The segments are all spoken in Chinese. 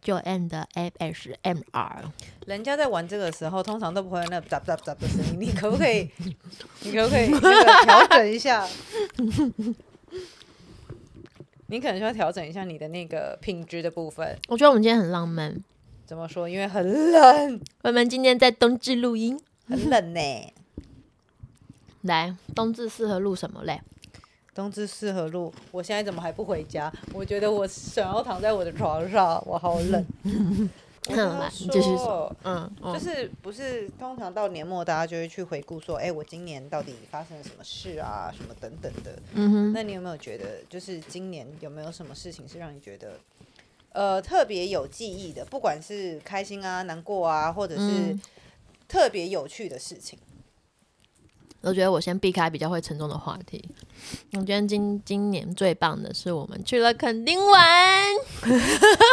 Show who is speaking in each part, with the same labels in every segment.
Speaker 1: 九 M 的 ASMR。
Speaker 2: 人家在玩这个时候，通常都不会有那咋咋咋的声音。你可不可以？ 你可不可以那个调整一下？你可能需要调整一下你的那个品质的部分。
Speaker 1: 我觉得我们今天很浪漫，
Speaker 2: 怎么说？因为很冷，
Speaker 1: 我们今天在冬至录音，
Speaker 2: 很冷呢、
Speaker 1: 来，冬至适合录什么嘞？
Speaker 2: 冬至四合路，我现在怎么还不回家？我觉得我想要躺在我的床上，我好冷。我
Speaker 1: 哼来
Speaker 2: 刚刚
Speaker 1: 你继续
Speaker 2: 说，
Speaker 1: 嗯，
Speaker 2: 就
Speaker 1: 嗯
Speaker 2: 是不是通常到年末，大家就会去回顾说，哎、我今年到底发生了什么事啊，什么等等的。
Speaker 1: 嗯哼，
Speaker 2: 那你有没有觉得，就是今年有没有什么事情是让你觉得，呃，特别有记忆的？不管是开心啊、难过啊，或者是
Speaker 1: 嗯
Speaker 2: 特别有趣的事情。
Speaker 1: 我觉得我先避开比较会沉重的话题。我觉得今今年最棒的是我们去了垦丁玩，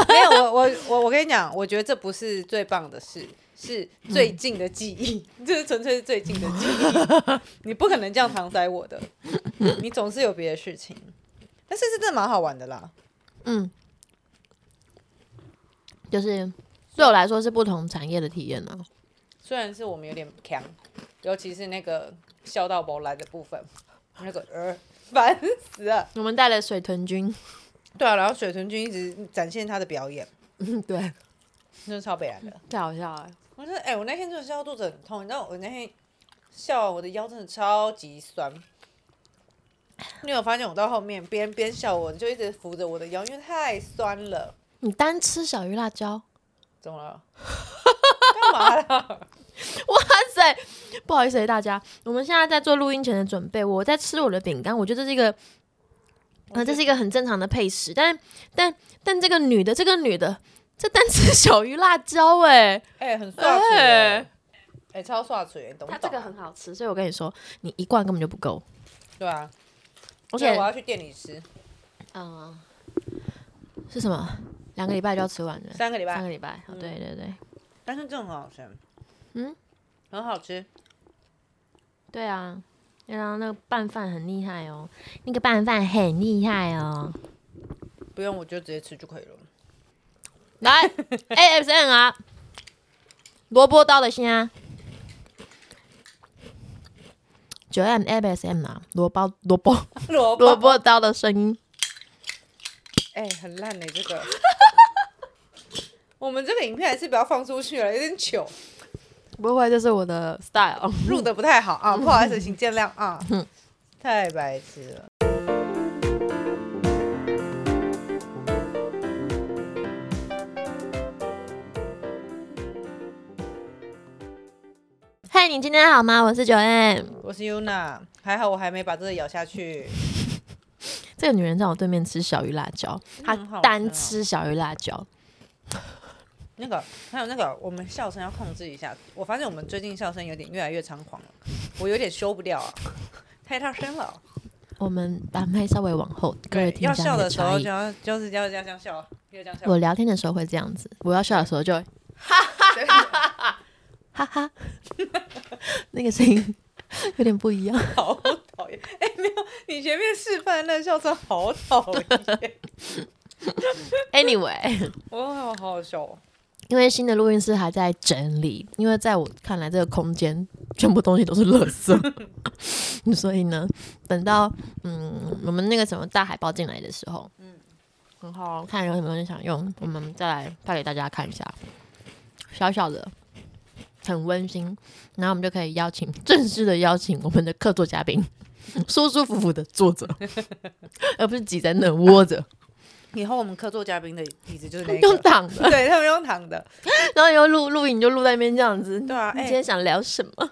Speaker 2: 没有，我我我我跟你讲，我觉得这不是最棒的事，是最
Speaker 1: 嗯
Speaker 2: 近的记忆， 这是纯粹是最近的记忆。 你不可能这样搪塞我的，你总是有别的事情。但是是真的蛮好玩的啦，
Speaker 1: 嗯，就是对我来说是不同产业的体验呢、啊
Speaker 2: 虽然是我们有点强，尤其是那个笑到不来的部分，那个呃，烦死了。
Speaker 1: 我们带了水豚君，
Speaker 2: 对啊，然后水豚君一直展现他的表演，
Speaker 1: 对，
Speaker 2: 真的超北然的。
Speaker 1: 太好笑了。
Speaker 2: 我说，哎、我那天真的笑到肚子很痛，你知道我那天笑，我的腰真的超级酸。你有发现我到后面边边笑我，你就一直扶着我的腰，因为太酸了。
Speaker 1: 你单吃小鱼辣椒，
Speaker 2: 怎么了？干嘛啦？
Speaker 1: 哇 塞！不好意思、大家，我们现在在做录音前的准备，我在吃我的饼干，我觉得这是一个，啊、这是一个很正常的配食，但但但这个女的，这个女的，这单吃小鱼辣椒、哎，
Speaker 2: 哎、很刷嘴、
Speaker 1: 哎
Speaker 2: 哎、超刷嘴，欸你懂不
Speaker 1: 它
Speaker 2: 懂
Speaker 1: 这？个很好吃，所以我跟你说，你一罐根本就不够，
Speaker 2: 对啊，
Speaker 1: 而
Speaker 2: 而
Speaker 1: 且
Speaker 2: 我，要去店里吃，
Speaker 1: 嗯、是什么？两个礼拜就要吃完了，
Speaker 2: 三个礼
Speaker 1: 三
Speaker 2: 拜
Speaker 1: 个，礼拜，哦对对对
Speaker 2: 但是这种很好吃，
Speaker 1: 嗯，
Speaker 2: 很好吃。
Speaker 1: 对啊。然后那个拌饭很厉害哦，那个拌饭很厉害哦。
Speaker 2: 不用，我就直接吃就可以 了。
Speaker 1: 来 ASN 啊，萝卜刀的声。啊九 M ASM 啊，萝卜萝 卜
Speaker 2: 萝
Speaker 1: 萝卜刀的声音，
Speaker 2: 哎、很烂呢、这个。 我们这个影片还是不要放出去了，有点糗，
Speaker 1: 不会，这是我的 style。
Speaker 2: 录的不太好
Speaker 1: 嗯
Speaker 2: 啊，不好意思，请见谅啊。太白痴了。
Speaker 1: 嗨，你今天好吗？我是九 M。
Speaker 2: 我是 Yuna，还好我还没把这个咬下去。
Speaker 1: 这个女人在我对面吃小鱼辣椒，她
Speaker 2: 嗯好
Speaker 1: 单
Speaker 2: 吃
Speaker 1: 吃小鱼辣椒。
Speaker 2: 那个还有那个，我们笑声要控制一下。我发现我们最近笑声有点越来越猖狂了，我有点收不掉啊，太大声了。
Speaker 1: 我们把麦稍微往后，各位听
Speaker 2: 要
Speaker 1: 一下
Speaker 2: 笑
Speaker 1: 你
Speaker 2: 的时
Speaker 1: 差
Speaker 2: 候
Speaker 1: 异
Speaker 2: 就。要就是要这样这样笑，要这样 笑。
Speaker 1: 我聊天的时候会这样子，我要笑的时候就会
Speaker 2: 对
Speaker 1: 哈哈，那个声音有点不一样。
Speaker 2: 好讨厌！哎、没有，你前面示范那笑声好讨厌，
Speaker 1: Anyway。
Speaker 2: 我好好笑哦。
Speaker 1: 因为新的录音室还在整理，因为在我看来，这个空间全部东西都是垃圾， 所以呢，等到嗯我们那个什么大海报进来的时候，嗯，然后看有什么东西想用，我们再来拍给大家看一下，小小的，很温馨，然后我们就可以邀请正式的邀请我们的客座嘉宾， 舒舒服服的坐着， 而不是挤在那窝着，
Speaker 2: 以后我们客座嘉宾的椅子就是那
Speaker 1: 用
Speaker 2: 个，
Speaker 1: 躺的，
Speaker 2: 对他们用躺的。
Speaker 1: 然后以后录录影就录在那边这样子。
Speaker 2: 对啊，
Speaker 1: 你
Speaker 2: 哎、
Speaker 1: 今天想聊什么？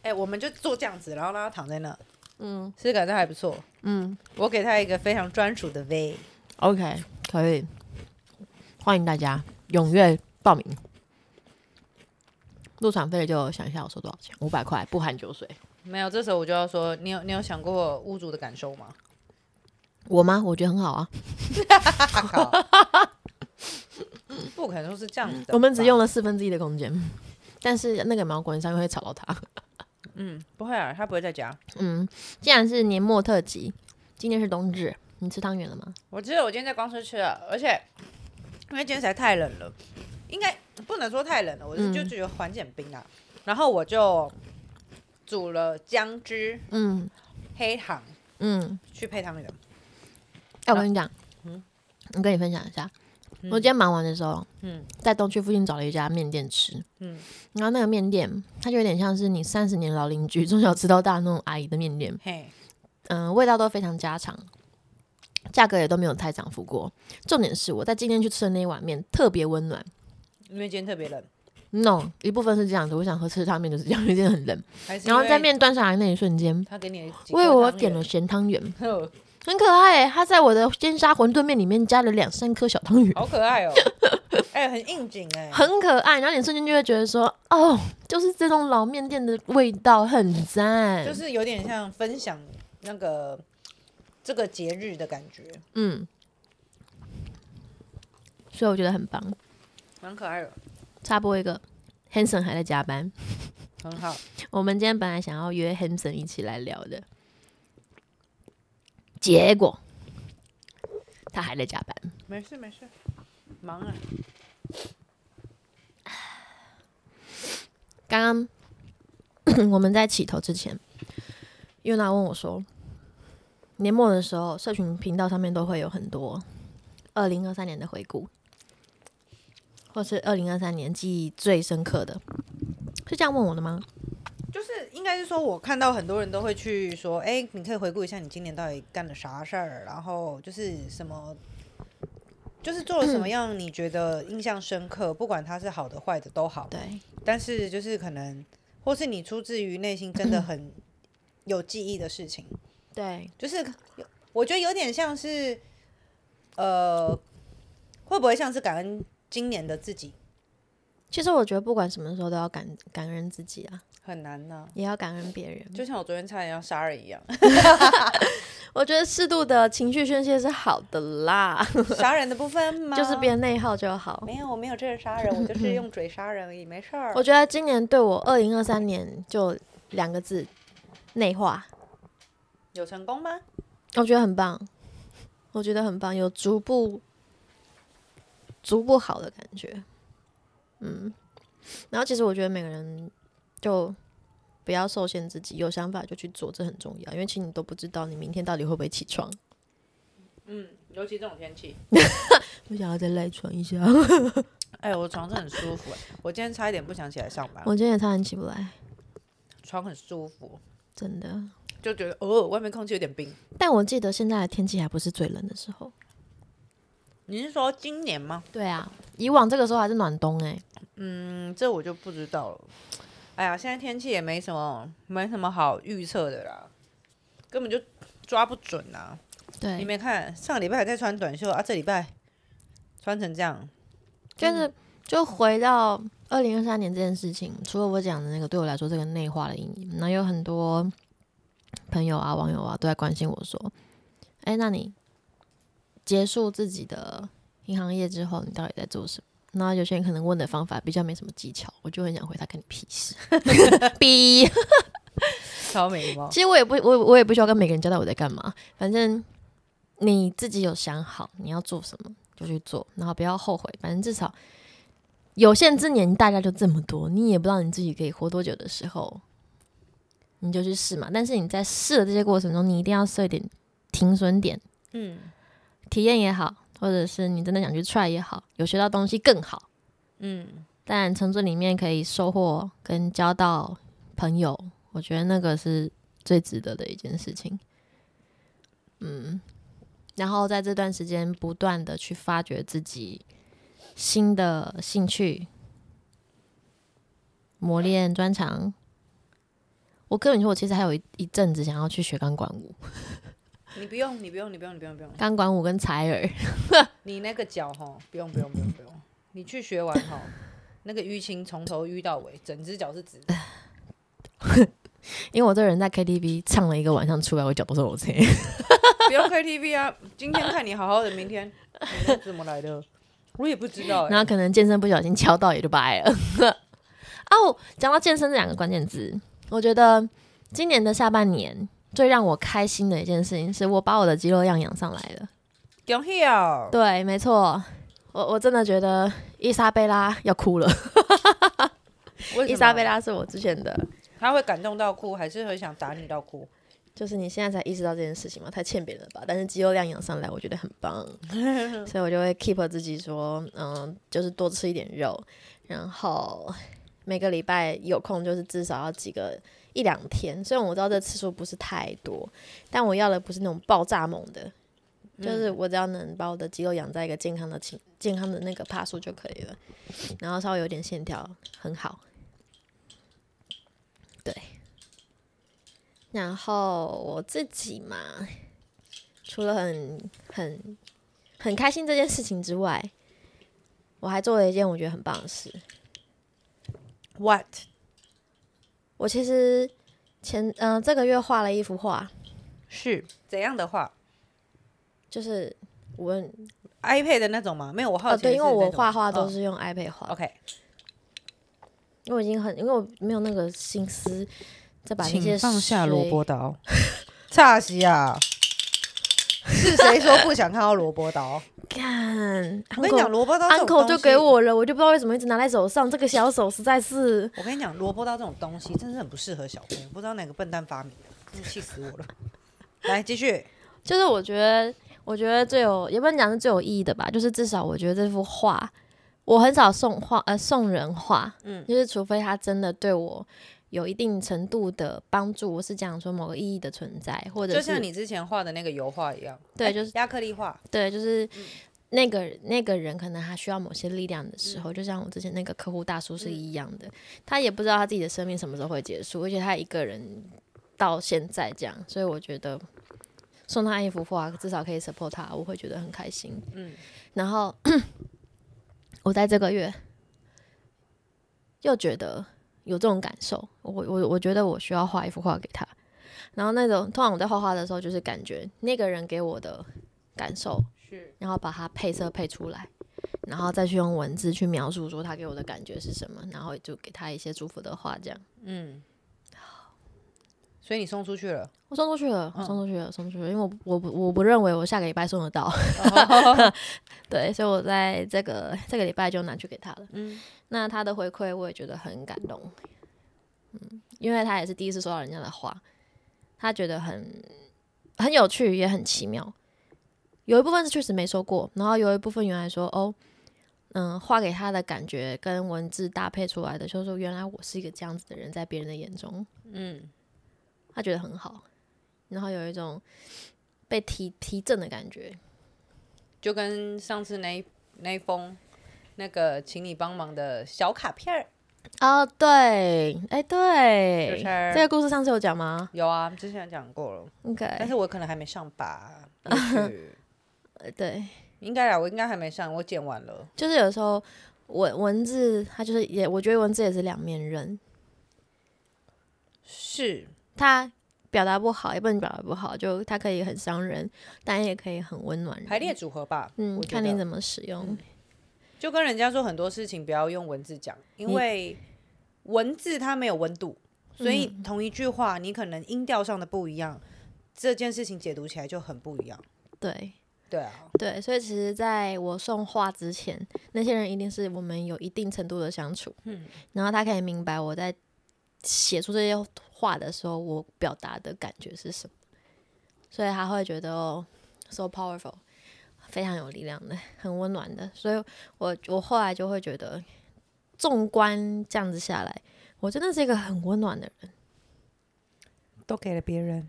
Speaker 2: 哎、我们就做这样子，然后让他躺在那，
Speaker 1: 嗯
Speaker 2: 其实感觉还不错。
Speaker 1: 嗯
Speaker 2: 我给他一个非常专属的 V。
Speaker 1: ，OK，可以，欢迎大家踊跃报名。入场费就想一下，我收多少钱？五百块，不含酒水。
Speaker 2: 没有，这时候我就要说，你有你有想过屋主的感受吗？
Speaker 1: 我吗？我觉得很好啊。
Speaker 2: 哈靠， 不可能是这样子的吧。
Speaker 1: 我们只用了四分之一的空间，但是那个毛管上会吵到他。
Speaker 2: 嗯，不会啊，他不会在家。
Speaker 1: 嗯，既然是年末特辑，今天是冬至，你吃汤圆了吗？
Speaker 2: 我记得我今天在光吃吃了，而且因为今天实在太冷了，应该不能说太冷了，我就
Speaker 1: 嗯
Speaker 2: 就觉得缓减冰啊。然后我就煮了姜汁、
Speaker 1: 嗯
Speaker 2: 黑糖
Speaker 1: 嗯，
Speaker 2: 去配汤圆。
Speaker 1: 哎、我跟你讲，
Speaker 2: 嗯
Speaker 1: 我跟你分享一下，
Speaker 2: 嗯
Speaker 1: 我今天忙完的时候，
Speaker 2: 嗯
Speaker 1: 在东区附近找了一家面店吃，
Speaker 2: 嗯，
Speaker 1: 然后那个面店它就有点像是你三十年老邻居从小吃到大那种阿姨的面店，
Speaker 2: 嘿，
Speaker 1: 嗯、味道都非常家常，价格也都没有太涨幅过。重点是我在今天去吃的那一碗面特别温暖。
Speaker 2: 因为今天特别冷，
Speaker 1: no，一部分是这样子，我想喝吃汤面就是这样，有点很冷。
Speaker 2: 还是
Speaker 1: 然后
Speaker 2: 因
Speaker 1: 在
Speaker 2: 为
Speaker 1: 面端上来那一瞬间，
Speaker 2: 他给你几
Speaker 1: 我以为
Speaker 2: 颗
Speaker 1: 我
Speaker 2: 汤
Speaker 1: 点
Speaker 2: 圆哦
Speaker 1: 了咸汤圆，
Speaker 2: 呵
Speaker 1: 很可爱、欸。它在我的鲜虾馄饨面里面加了两三颗小汤圆，
Speaker 2: 好可爱 哦，哎、很应景哎、
Speaker 1: 很可爱。然后你瞬间就会觉得说，哦，就是这种老面店的味道很赞。
Speaker 2: 就是有点像分享那个这个节日的感觉，
Speaker 1: 嗯，所以我觉得很棒。
Speaker 2: 蛮可爱的，
Speaker 1: 插播一个，Hanson 还在加班。
Speaker 2: 很好。
Speaker 1: 我们今天本来想要约 Hanson 一起来聊的，结果他还在加班。
Speaker 2: 没事没事，忙啊，
Speaker 1: 刚刚 我们在起头之前，尤娜问我说，年末的时候，社群频道上面都会有很多二零二三年的回顾，或是二零二三年记忆最深刻的，是这样问我的吗？
Speaker 2: 就是应该是说，我看到很多人都会去说，哎、你可以回顾一下你今年到底干了啥事儿，然后就是什么。就是做了 什么样你觉得印象深刻，不管它是好的坏的都好，
Speaker 1: 对，
Speaker 2: 但是就是可能，或是你出自于内心真 的很有记忆的事情，
Speaker 1: 对，
Speaker 2: 就是有我觉得有点像是，呃，会不会像是感恩今年的自己
Speaker 1: 其实我觉得不管什么时候都要感感恩自己啊，
Speaker 2: 很难呢、
Speaker 1: 也要感恩别人。
Speaker 2: 就像我昨天差点要杀人一样，
Speaker 1: 我觉得适度的情绪宣泄是好的啦，
Speaker 2: 杀人的部分吗？
Speaker 1: 就是别内耗就好。
Speaker 2: 没有，我没有真的杀人，我 就是用嘴杀人而已，没事儿
Speaker 1: 我。觉得今年对我二零二三年就两个字，内化，
Speaker 2: 有成功吗？
Speaker 1: 我觉得很棒，我觉得很棒，有逐步逐步好的感觉，嗯。然后其实我觉得每个人就不要受限自己，有想法就去做，这很重要，因为其实你都不知道你明天到底会不会起床。
Speaker 2: 嗯，尤其这种天气，
Speaker 1: 我想要再赖床一下，
Speaker 2: 哎、我床是很舒服、哎我今天差一点不想起来上班，
Speaker 1: 我今天也差点起不来，
Speaker 2: 床很舒服，
Speaker 1: 真的。
Speaker 2: 就觉得哦，外面空气有点冰。
Speaker 1: 但我记得现在的天气还不是最冷的时候。
Speaker 2: 你是说今年吗？
Speaker 1: 对啊，以往这个时候还是暖冬哎、
Speaker 2: 嗯，这我就不知道了。哎呀，现在天气也没什么，没什么好预测的啦，根本就抓不准啊！你
Speaker 1: 对，
Speaker 2: 没看上个礼拜还在穿短袖啊，这礼拜穿成这样，
Speaker 1: 就是就回到二零二三年这件事情，除了我讲的那个对我来说这个内化的阴影，那有很多朋友啊、网友啊都在关心我说：“哎、那你结束自己的银行业之后，你到底在做什么？”那有些人可能问的方法比较没什么技巧，我就很想回他跟你屁事， 逼。
Speaker 2: 超美貌。
Speaker 1: 其实我也不，我也我也不需要跟每个人交代我在干嘛，反正你自己有想好你要做什么就去做，然后不要后悔。反正至少有限之年大家就这么多，你也不知道你自己可以活多久的时候，你就去试嘛。但是你在试的这些过程中，你一定要设一点停损点，
Speaker 2: 嗯
Speaker 1: 体验也好，或者是你真的想去 try 也好，有学到东西更好。
Speaker 2: 嗯，
Speaker 1: 但从这里面可以收获跟交到朋友，我觉得那个是最值得的一件事情。嗯，然后在这段时间不断的去发掘自己新的兴趣，磨练专长。我跟你说，我其实还有一一阵子想要去学钢管舞，
Speaker 2: 你不用，你不用，你不用，你不用，不用，
Speaker 1: 钢管舞跟采耳，
Speaker 2: 你那个脚哈，不用，不用，不用，不用，你去学完哈，那个淤青从头淤到尾，整只脚是 直的。
Speaker 1: 因为我这个人在 KTV 唱了一个晚上出来，我脚都是我自己。
Speaker 2: 不用 KTV 啊，今天看你好好的，明天你那怎么来的？我也不知 道、
Speaker 1: 然
Speaker 2: 欸
Speaker 1: 后。可能健身不小心敲到也就掰了。 哦，讲到健身这两个关键字，我觉得今年的下半年最让我开心的一件事情是我把我的肌肉量养上来了。
Speaker 2: 恭喜啊！
Speaker 1: 对，没错，我我真的觉得伊莎贝拉要哭了。
Speaker 2: 为什
Speaker 1: 伊
Speaker 2: 么
Speaker 1: 莎贝拉是我之前的，
Speaker 2: 他会感动到哭，还是会想打你到哭？
Speaker 1: 就是你现在才意识到这件事情嘛，太欠别人了吧？但是肌肉量养上来，我觉得很棒，所以我就会 keep 自己说，嗯，就是多吃一点肉，然后每个礼拜有空就是至少要几个一两天。虽然我知道这次数不是太多，但我要的不是那种爆炸猛的，就是我只要能把我的肌肉养在一个健康的情健康的那个帕数就可以了，然后稍微有点线条很好。对，然后我自己嘛，除了很很很开心这件事情之外，我还做了一件我觉得很棒的事。
Speaker 2: What？
Speaker 1: 我其实前嗯、呃、这个月画了一幅画，
Speaker 2: 是怎样的话
Speaker 1: 就是我问
Speaker 2: ？iPad 的那种吗？没有，我好
Speaker 1: 哦
Speaker 2: 奇的
Speaker 1: 对，
Speaker 2: 是
Speaker 1: 因
Speaker 2: 那
Speaker 1: 为
Speaker 2: 种、
Speaker 1: 我画画都
Speaker 2: 嗯
Speaker 1: 是用 iPad 画，
Speaker 2: OK，
Speaker 1: 因为我已经很因为我没有那个心思再把那些
Speaker 2: 请放下
Speaker 1: 水
Speaker 2: 萝卜刀。差 西啊！是谁说不想看到萝卜刀？
Speaker 1: 干。
Speaker 2: 我跟你讲，
Speaker 1: uncle
Speaker 2: 萝卜刀这种
Speaker 1: uncle
Speaker 2: 东
Speaker 1: 就
Speaker 2: 西
Speaker 1: 给。我了，我就不知道为什么一直拿在手上，这个小手实在是
Speaker 2: 我跟你讲，萝卜刀这种东西真是很不适合小朋友，不知道哪个笨蛋发明的，真是气死我了。 来继续，
Speaker 1: 就是我觉得，我觉得最有，也不能讲是最有意义的吧，就是至少我觉得这幅画，我很少送画，呃，送人画，嗯，就是除非他真的对我有一定程度的帮助，我是讲说某个意义的存在，或者
Speaker 2: 就是像你之前画的那个油画一样，
Speaker 1: 对
Speaker 2: 哎
Speaker 1: 就是
Speaker 2: 亚克力画，
Speaker 1: 对，就是那个那个人可能他需要某些力量的时候，就像我之前那个客户大叔是一样的，他也不知道他自己的生命什么时候会结束，而且他一个人到现在这样，所以我觉得送他一幅画，至少可以 support 他，我会觉得很开心。
Speaker 2: 嗯，
Speaker 1: 然后我在这个月又觉得有这种感受，我我我觉得我需要画一幅画给他。然后那种通常我在画画的时候，就是感觉那个人给我的感受，
Speaker 2: 是
Speaker 1: 然后把它配色配出来，然后再去用文字去描述说他给我的感觉是什么，然后就给他一些祝福的话，这样。
Speaker 2: 嗯，所以你送出去了，
Speaker 1: 我送出去了，
Speaker 2: 嗯
Speaker 1: 我送出去了，送出去了，因为我我不我不认为我下个礼拜送得到，
Speaker 2: 哦
Speaker 1: 对，所以我在这个这个礼拜就拿去给他了。
Speaker 2: 嗯
Speaker 1: 那他的回馈我也觉得很感动，嗯，因为他也是第一次收到人家的话，他觉得很很有趣，也很奇妙。有一部分是确实没收过，然后有一部分原来说哦，嗯，画给他的感觉跟文字搭配出来的，就是说原来我是一个这样子的人，在别人的眼中，
Speaker 2: 嗯，
Speaker 1: 他觉得很好，然后有一种被提提振的感觉。
Speaker 2: 就跟上次那一那一封那个请你帮忙的小卡片儿，
Speaker 1: 哦，对，哎，
Speaker 2: 就
Speaker 1: 对，
Speaker 2: 是
Speaker 1: 这个故事上次有讲吗
Speaker 2: 有啊，之前讲过了，但
Speaker 1: ？OK，
Speaker 2: 是我可能还没上 吧，也许
Speaker 1: 呃对，
Speaker 2: 应该啦，我应该还没上，我剪完了，
Speaker 1: 就是有时候文文字，它就是也，我觉得文字也是两面人，
Speaker 2: 是
Speaker 1: 它表达不好也不能表达不好，就它可以很伤人，但也可以很温暖人。
Speaker 2: 排列，组合吧，
Speaker 1: 嗯
Speaker 2: 我，觉
Speaker 1: 看你
Speaker 2: 得嗯
Speaker 1: 怎么使用。
Speaker 2: 就跟人家说很多事情不要用文字讲，因为文字它没有温度，
Speaker 1: 嗯
Speaker 2: 所以同一句话你可能音调上的不一样，这件事情解读起来就很不一样。
Speaker 1: 对
Speaker 2: 对啊，
Speaker 1: 对，所以其实在我送画之前，那些人一定是我们有一定程度的相处，
Speaker 2: 嗯，
Speaker 1: 然后他可以明白我在写出这些话的时候，我表达的感觉是什么，所以他会觉得哦，so powerful，非常有力量的，很温暖的。所以我我后来就会觉得，纵观这样子下来，我真的是一个很温暖的人。
Speaker 2: 都给了别人，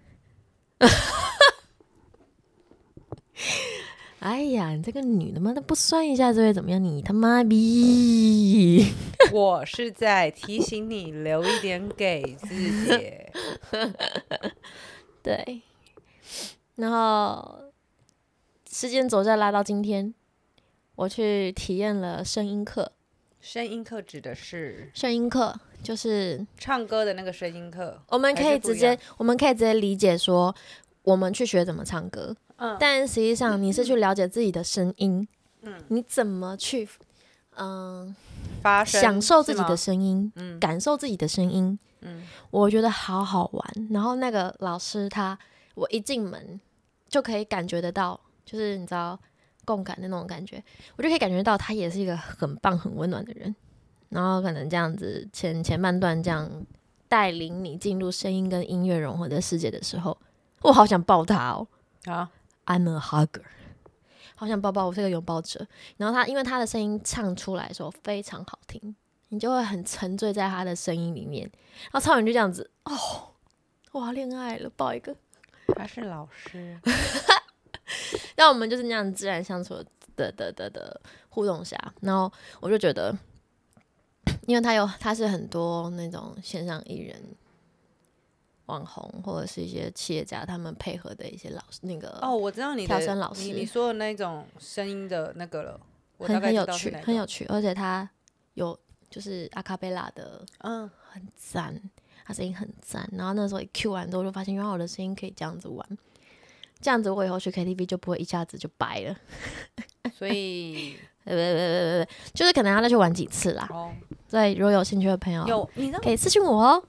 Speaker 1: 哎呀，你这个女的妈的不酸一下就会怎么样？你他妈逼！
Speaker 2: 我是在提醒你留一点给自己。
Speaker 1: 对，然后时间走再拉到今天，我去体验了声音课。
Speaker 2: 声音课指的是
Speaker 1: 声音课就是
Speaker 2: 唱歌的那个声音课，
Speaker 1: 我们可
Speaker 2: 还
Speaker 1: 以
Speaker 2: 是不
Speaker 1: 直
Speaker 2: 一样
Speaker 1: 接，我们可以直接理解说，我们去学怎么唱歌，
Speaker 2: 嗯
Speaker 1: 但实际上你是去了解自己的声音，
Speaker 2: 嗯
Speaker 1: 你怎么去，嗯、
Speaker 2: 发声
Speaker 1: 享受自己
Speaker 2: 是
Speaker 1: 的
Speaker 2: 吗
Speaker 1: 声音，
Speaker 2: 嗯
Speaker 1: 感受自己的声音，我觉得好好玩。然后那个老师他，我一进门就可以感觉得到，就是你知道，共感的那种感觉，我就可以感觉到他也是一个很棒、很温暖的人。然后可能这样子前前半段这样带领你进入声音跟音乐融合的世界的时候，我好想抱他哦
Speaker 2: 啊，
Speaker 1: ，I'm a hugger，好想抱抱，我是个拥抱者。然后他因为他的声音唱出来的时候非常好听，你就会很沉醉在他的声音里面。然后唱完就这样子，哦，我要恋爱了，抱一个。
Speaker 2: 他是老师，
Speaker 1: 那我们就是那样自然相处的的的的互动下，然后我就觉得，因为他有他是很多那种线上艺人、网红或者是一些企业家他们配合的一些老师那个
Speaker 2: 哦，我知道你
Speaker 1: 跳
Speaker 2: 的
Speaker 1: 绳老
Speaker 2: 你
Speaker 1: 师
Speaker 2: 你说的那种声音的那个了，我大
Speaker 1: 很
Speaker 2: 概
Speaker 1: 很
Speaker 2: 知
Speaker 1: 有
Speaker 2: 道是
Speaker 1: 趣
Speaker 2: 哪，
Speaker 1: 很
Speaker 2: 个，
Speaker 1: 有趣，而且他有就是阿卡贝拉的
Speaker 2: 嗯，
Speaker 1: 赞，他声音很赞。然后那时候一 Q 完之后，我就发现原来我的声音可以这样子玩，这样子我以后去 KTV 就不会一下子就白了，
Speaker 2: 所以
Speaker 1: 呃不不不不不，就是可能要再去玩几次啦。
Speaker 2: 哦，
Speaker 1: 所以如果有兴趣的朋友，
Speaker 2: 有你知道
Speaker 1: 可以私信我哦。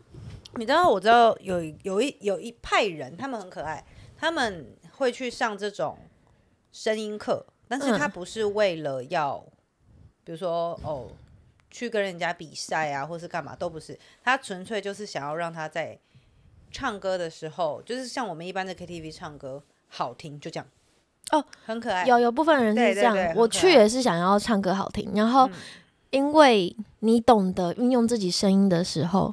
Speaker 2: 你知道我知道有一有一有一派人，他们很可爱，他们会去上这种声音课，但是他
Speaker 1: 嗯
Speaker 2: 不是为了要，比如说哦，去跟人家比赛啊，或是干嘛，都不是，他纯粹就是想要让他在唱歌的时候，就是像我们一般在 KTV 唱歌好听，就这样。
Speaker 1: 哦，
Speaker 2: 很可爱。
Speaker 1: 有有部分人
Speaker 2: 哎
Speaker 1: 是
Speaker 2: 对
Speaker 1: 这
Speaker 2: 对
Speaker 1: 样，
Speaker 2: 对很
Speaker 1: 我
Speaker 2: 可
Speaker 1: 去
Speaker 2: 爱嗯
Speaker 1: 也是想要唱歌好听，然后因为你懂得运用自己声音的时候，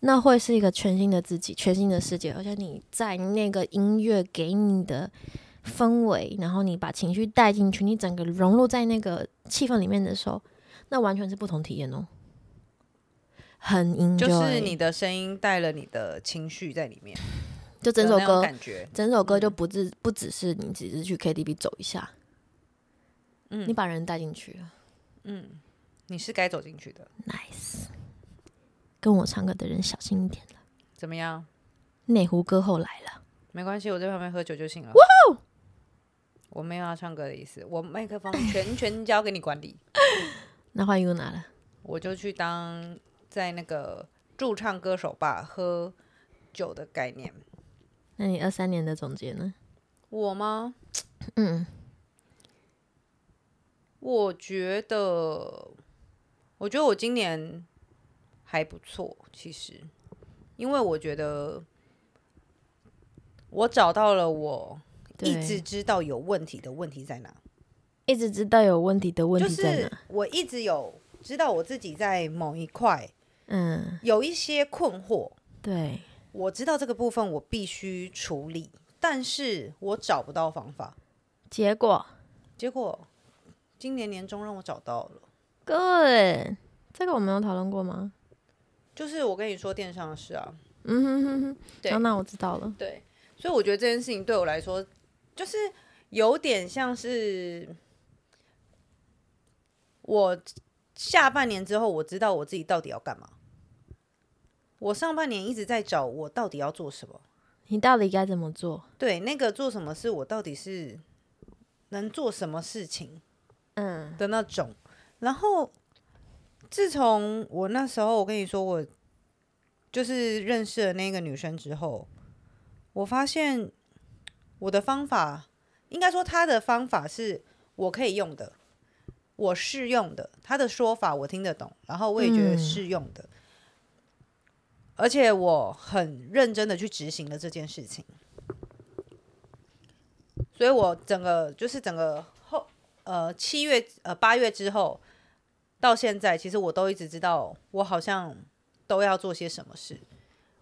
Speaker 1: 那会是一个全新的自己，全新的世界，而且你在那个音乐给你的氛围，然后你把情绪带进去，你整个融入在那个气氛里面的时候，那完全是不同体验哦。很 enjoy，
Speaker 2: 就是你的声音带了你的情绪在里面，
Speaker 1: 就整
Speaker 2: 的
Speaker 1: 首
Speaker 2: 那种
Speaker 1: 歌，
Speaker 2: 感嗯觉，
Speaker 1: 整首歌就不只不只是你只是去 KTV 走一下，
Speaker 2: 嗯
Speaker 1: 你把人带进去了。
Speaker 2: 你是该走进去的。
Speaker 1: Nice，跟我唱歌的人小心一点了。
Speaker 2: 怎么样？
Speaker 1: 内湖歌后来了，
Speaker 2: 没关系，我在旁边喝酒就行了。我没有要唱歌的意思，我麦克风全权交给你管理，
Speaker 1: 那换 Yuna 了。
Speaker 2: 我就去当在那个驻唱歌手吧喝酒的概念。
Speaker 1: 那你二三年的总结呢？
Speaker 2: 我吗？
Speaker 1: 嗯，
Speaker 2: 我觉得，我觉得我今年还不错，其实，因为我觉得我找到了我
Speaker 1: 对
Speaker 2: 一直知道有问题的问题在哪。
Speaker 1: 一直知道有问题的问
Speaker 2: 就
Speaker 1: 题在哪？
Speaker 2: 是我一直有知道我自己在某一块
Speaker 1: 嗯，
Speaker 2: 有一些困惑，
Speaker 1: 对，
Speaker 2: 我知道这个部分我必须处理，但是我找不到方法。
Speaker 1: 结果
Speaker 2: 结果今年年终让我找到了，
Speaker 1: good，这个我们有讨论过吗？
Speaker 2: 就是我跟你说电商的事啊，
Speaker 1: 嗯哼哼哼，
Speaker 2: 对
Speaker 1: 哦那我知道了。
Speaker 2: 对，所以我觉得这件事情对我来说，就是有点像是我下半年之后，我知道我自己到底要干嘛。我上半年一直在找我到底要做什么，
Speaker 1: 你到底该怎么做？
Speaker 2: 对，那个做什么事，我到底是能做什么事情
Speaker 1: 嗯，
Speaker 2: 的那种。然后，自从我那时候我跟你说我就是认识了那个女生之后，我发现我的方法，应该说她的方法是我可以用的，我适用的，她的说法我听得懂，然后我也觉得
Speaker 1: 嗯
Speaker 2: 适用的。而且我很认真的去执行了这件事情，所以我整个就是整个后呃七月呃八月之后到现在，其实我都一直知道我好像都要做些什么事，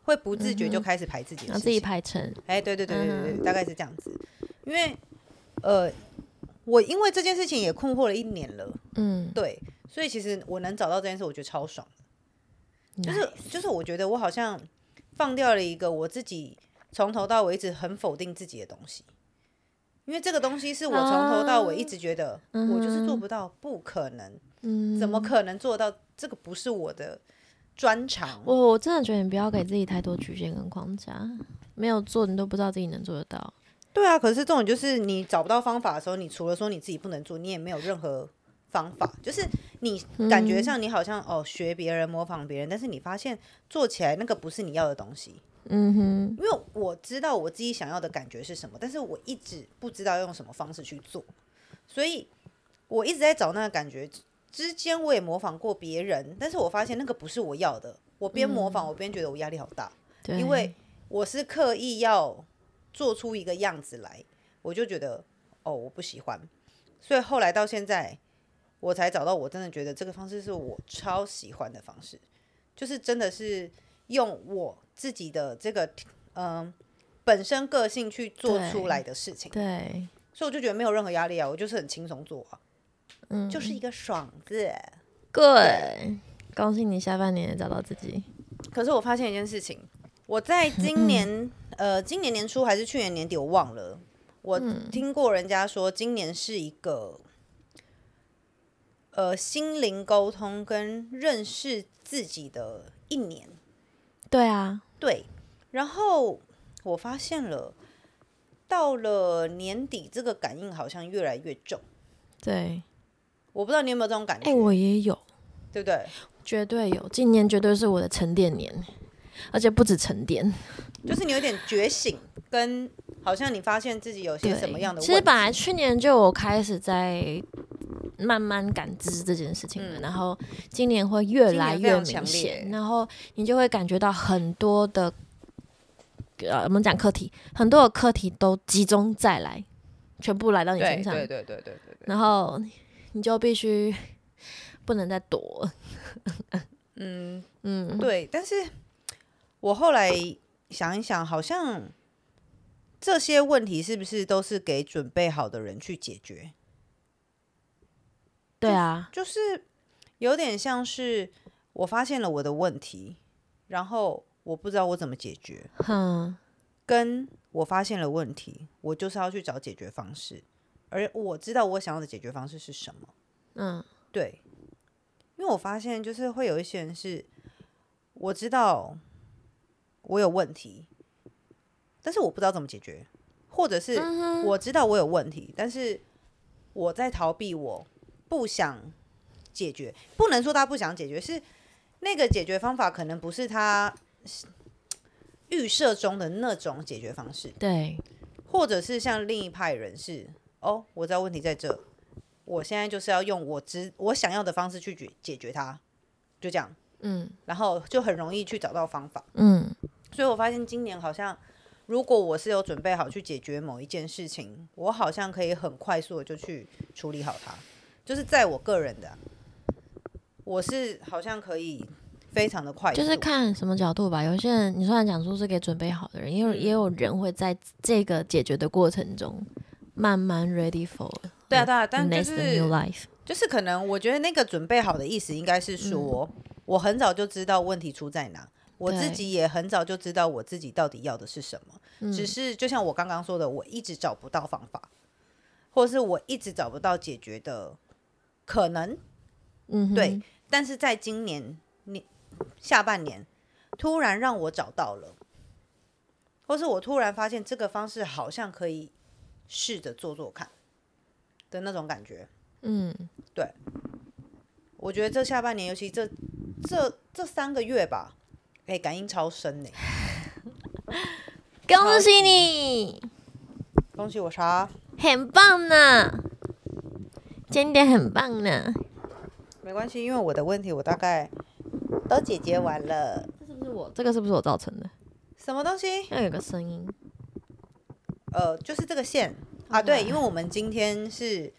Speaker 2: 会不自觉就开始排自己的
Speaker 1: 然后嗯
Speaker 2: 事
Speaker 1: 啊自己
Speaker 2: 情。
Speaker 1: 排嗯成，
Speaker 2: 哎，对对对对对对，大概是这样子。因为呃，我因为这件事情也困惑了一年了，
Speaker 1: 嗯，
Speaker 2: 对，所以其实我能找到这件事，我觉得超爽。就是就是，我觉得我好像放掉了一个我自己从头到尾一直很否定自己的东西，因为这个东西是我从头到尾一直觉得我就是做不到，不可能，
Speaker 1: 啊嗯，
Speaker 2: 怎么可能做到？这个不是我的专长。
Speaker 1: 我我真的觉得你不要给自己太多局限跟框架，没有做你都不知道自己能做得到。
Speaker 2: 对啊，可是这种就是你找不到方法的时候，你除了说你自己不能做，你也没有任何方法。就是你感觉
Speaker 1: 嗯
Speaker 2: 上你好像、哦学别人模仿别人，但是你发现做起来那个不是你要的东西。
Speaker 1: 嗯哼，
Speaker 2: 因为我知道我自己想要的感觉是什么，但是我一直不知道用什么方式去做，所以我一直在找那个感觉。之间我也模仿过别人，但是我发现那个不是我要的。我边模
Speaker 1: 嗯
Speaker 2: 仿，我边觉得我压力好大，
Speaker 1: 对，
Speaker 2: 因为我是刻意要做出一个样子来，我就觉得哦，我不喜欢。所以后来到现在，我才找到我真的觉得这个方式是我超喜欢的方式，就是真的是用我自己的这个嗯、本身个性去做
Speaker 1: 对
Speaker 2: 出来的事情，
Speaker 1: 对，
Speaker 2: 所以我就觉得没有任何压力啊，我就是很轻松做啊，
Speaker 1: 嗯，
Speaker 2: 就是一个爽字。欸
Speaker 1: good。恭喜你下半年也找到自己，
Speaker 2: 可是我发现一件事情，我在今年
Speaker 1: 嗯
Speaker 2: 呃，今年年初还是去年年底，我忘了。我
Speaker 1: 嗯
Speaker 2: 听过人家说，今年是一个呃心灵沟通跟认识自己的一年。
Speaker 1: 对啊，
Speaker 2: 对，然后我发现了，到了年底，这个感应好像越来越重。
Speaker 1: 对，
Speaker 2: 我不知道你有没有这种感觉，
Speaker 1: 哎、我也有，
Speaker 2: 对不对？
Speaker 1: 绝对有，今年绝对是我的沉淀年，而且不止沉淀，
Speaker 2: 就是你有点觉醒，跟好像你发现自己有些
Speaker 1: 对，
Speaker 2: 什么样的问题。
Speaker 1: 其实本来去年就有开始在慢慢感知这件事情了，
Speaker 2: 嗯
Speaker 1: 然后今年会越来
Speaker 2: 今年非
Speaker 1: 越
Speaker 2: 常
Speaker 1: 明
Speaker 2: 强烈
Speaker 1: 显，然后你就会感觉到很多的，呃，我们讲课题，很多的课题都集中再来，全部来到你
Speaker 2: 对
Speaker 1: 身上，
Speaker 2: 对对对对对对。
Speaker 1: 然后你就必须不能再躲，
Speaker 2: 嗯，
Speaker 1: 嗯，
Speaker 2: 对，但是我后来想一想，好像这些问题是不是都是给准备好的人去解决？
Speaker 1: 对啊，
Speaker 2: 就是有点像是我发现了我的问题，然后我不知道我怎么解决，
Speaker 1: 哼，
Speaker 2: 跟我发现了问题，我就是要去找解决方式，而我知道我想要的解决方式是什么。
Speaker 1: 嗯，
Speaker 2: 对，因为我发现就是会有一些人是，我知道我有问题，但是我不知道怎么解决，或者是
Speaker 1: 嗯哼
Speaker 2: 我知道我有问题，但是我在逃避我，不想解决。不能说他不想解决，是那个解决方法可能不是他预设中的那种解决方式。
Speaker 1: 对，
Speaker 2: 或者是像另一派人士，哦，我知道问题在这，我现在就是要用我知我想要的方式去解解决它，就这样，
Speaker 1: 嗯
Speaker 2: 然后就很容易去找到方法。
Speaker 1: 嗯，
Speaker 2: 所以我发现今年好像，如果我是有准备好去解决某一件事情，我好像可以很快速的就去处理好它，就是在我个人的啊，我是好像可以非常的快速，
Speaker 1: 就是看什么角度吧。有些人，你虽然讲说是给准备好的人，也有、也有人会在这个解决的过程中，慢慢 ready for
Speaker 2: 对啊对啊，
Speaker 1: the
Speaker 2: 但就
Speaker 1: 嗯 next
Speaker 2: 是
Speaker 1: new life。
Speaker 2: 就是可能，我觉得那个准备好的意思应该是说，我很早就知道问题出在哪，我自己也很早就知道我自己到底要的是什么。
Speaker 1: 嗯
Speaker 2: 只是就像我刚刚说的，我一直找不到方法，或是我一直找不到解决的可能。
Speaker 1: 嗯哼，
Speaker 2: 对，但是在今年年下半年，突然让我找到了，或是我突然发现这个方式好像可以试着做做看的那种感觉。
Speaker 1: 嗯，
Speaker 2: 我觉得这下半年，尤其这这这三个月吧，哎、感应超深呢、
Speaker 1: 恭喜你，
Speaker 2: 恭喜我啥？
Speaker 1: 很棒呢，真的很棒呢。
Speaker 2: 没关系，因为我的问题我大概都解决完了。
Speaker 1: 这是不是我？这个是不是我造成的？
Speaker 2: 什么东西？
Speaker 1: 要有个声音，
Speaker 2: 呃，就是这个线啊，对，因为我们今天是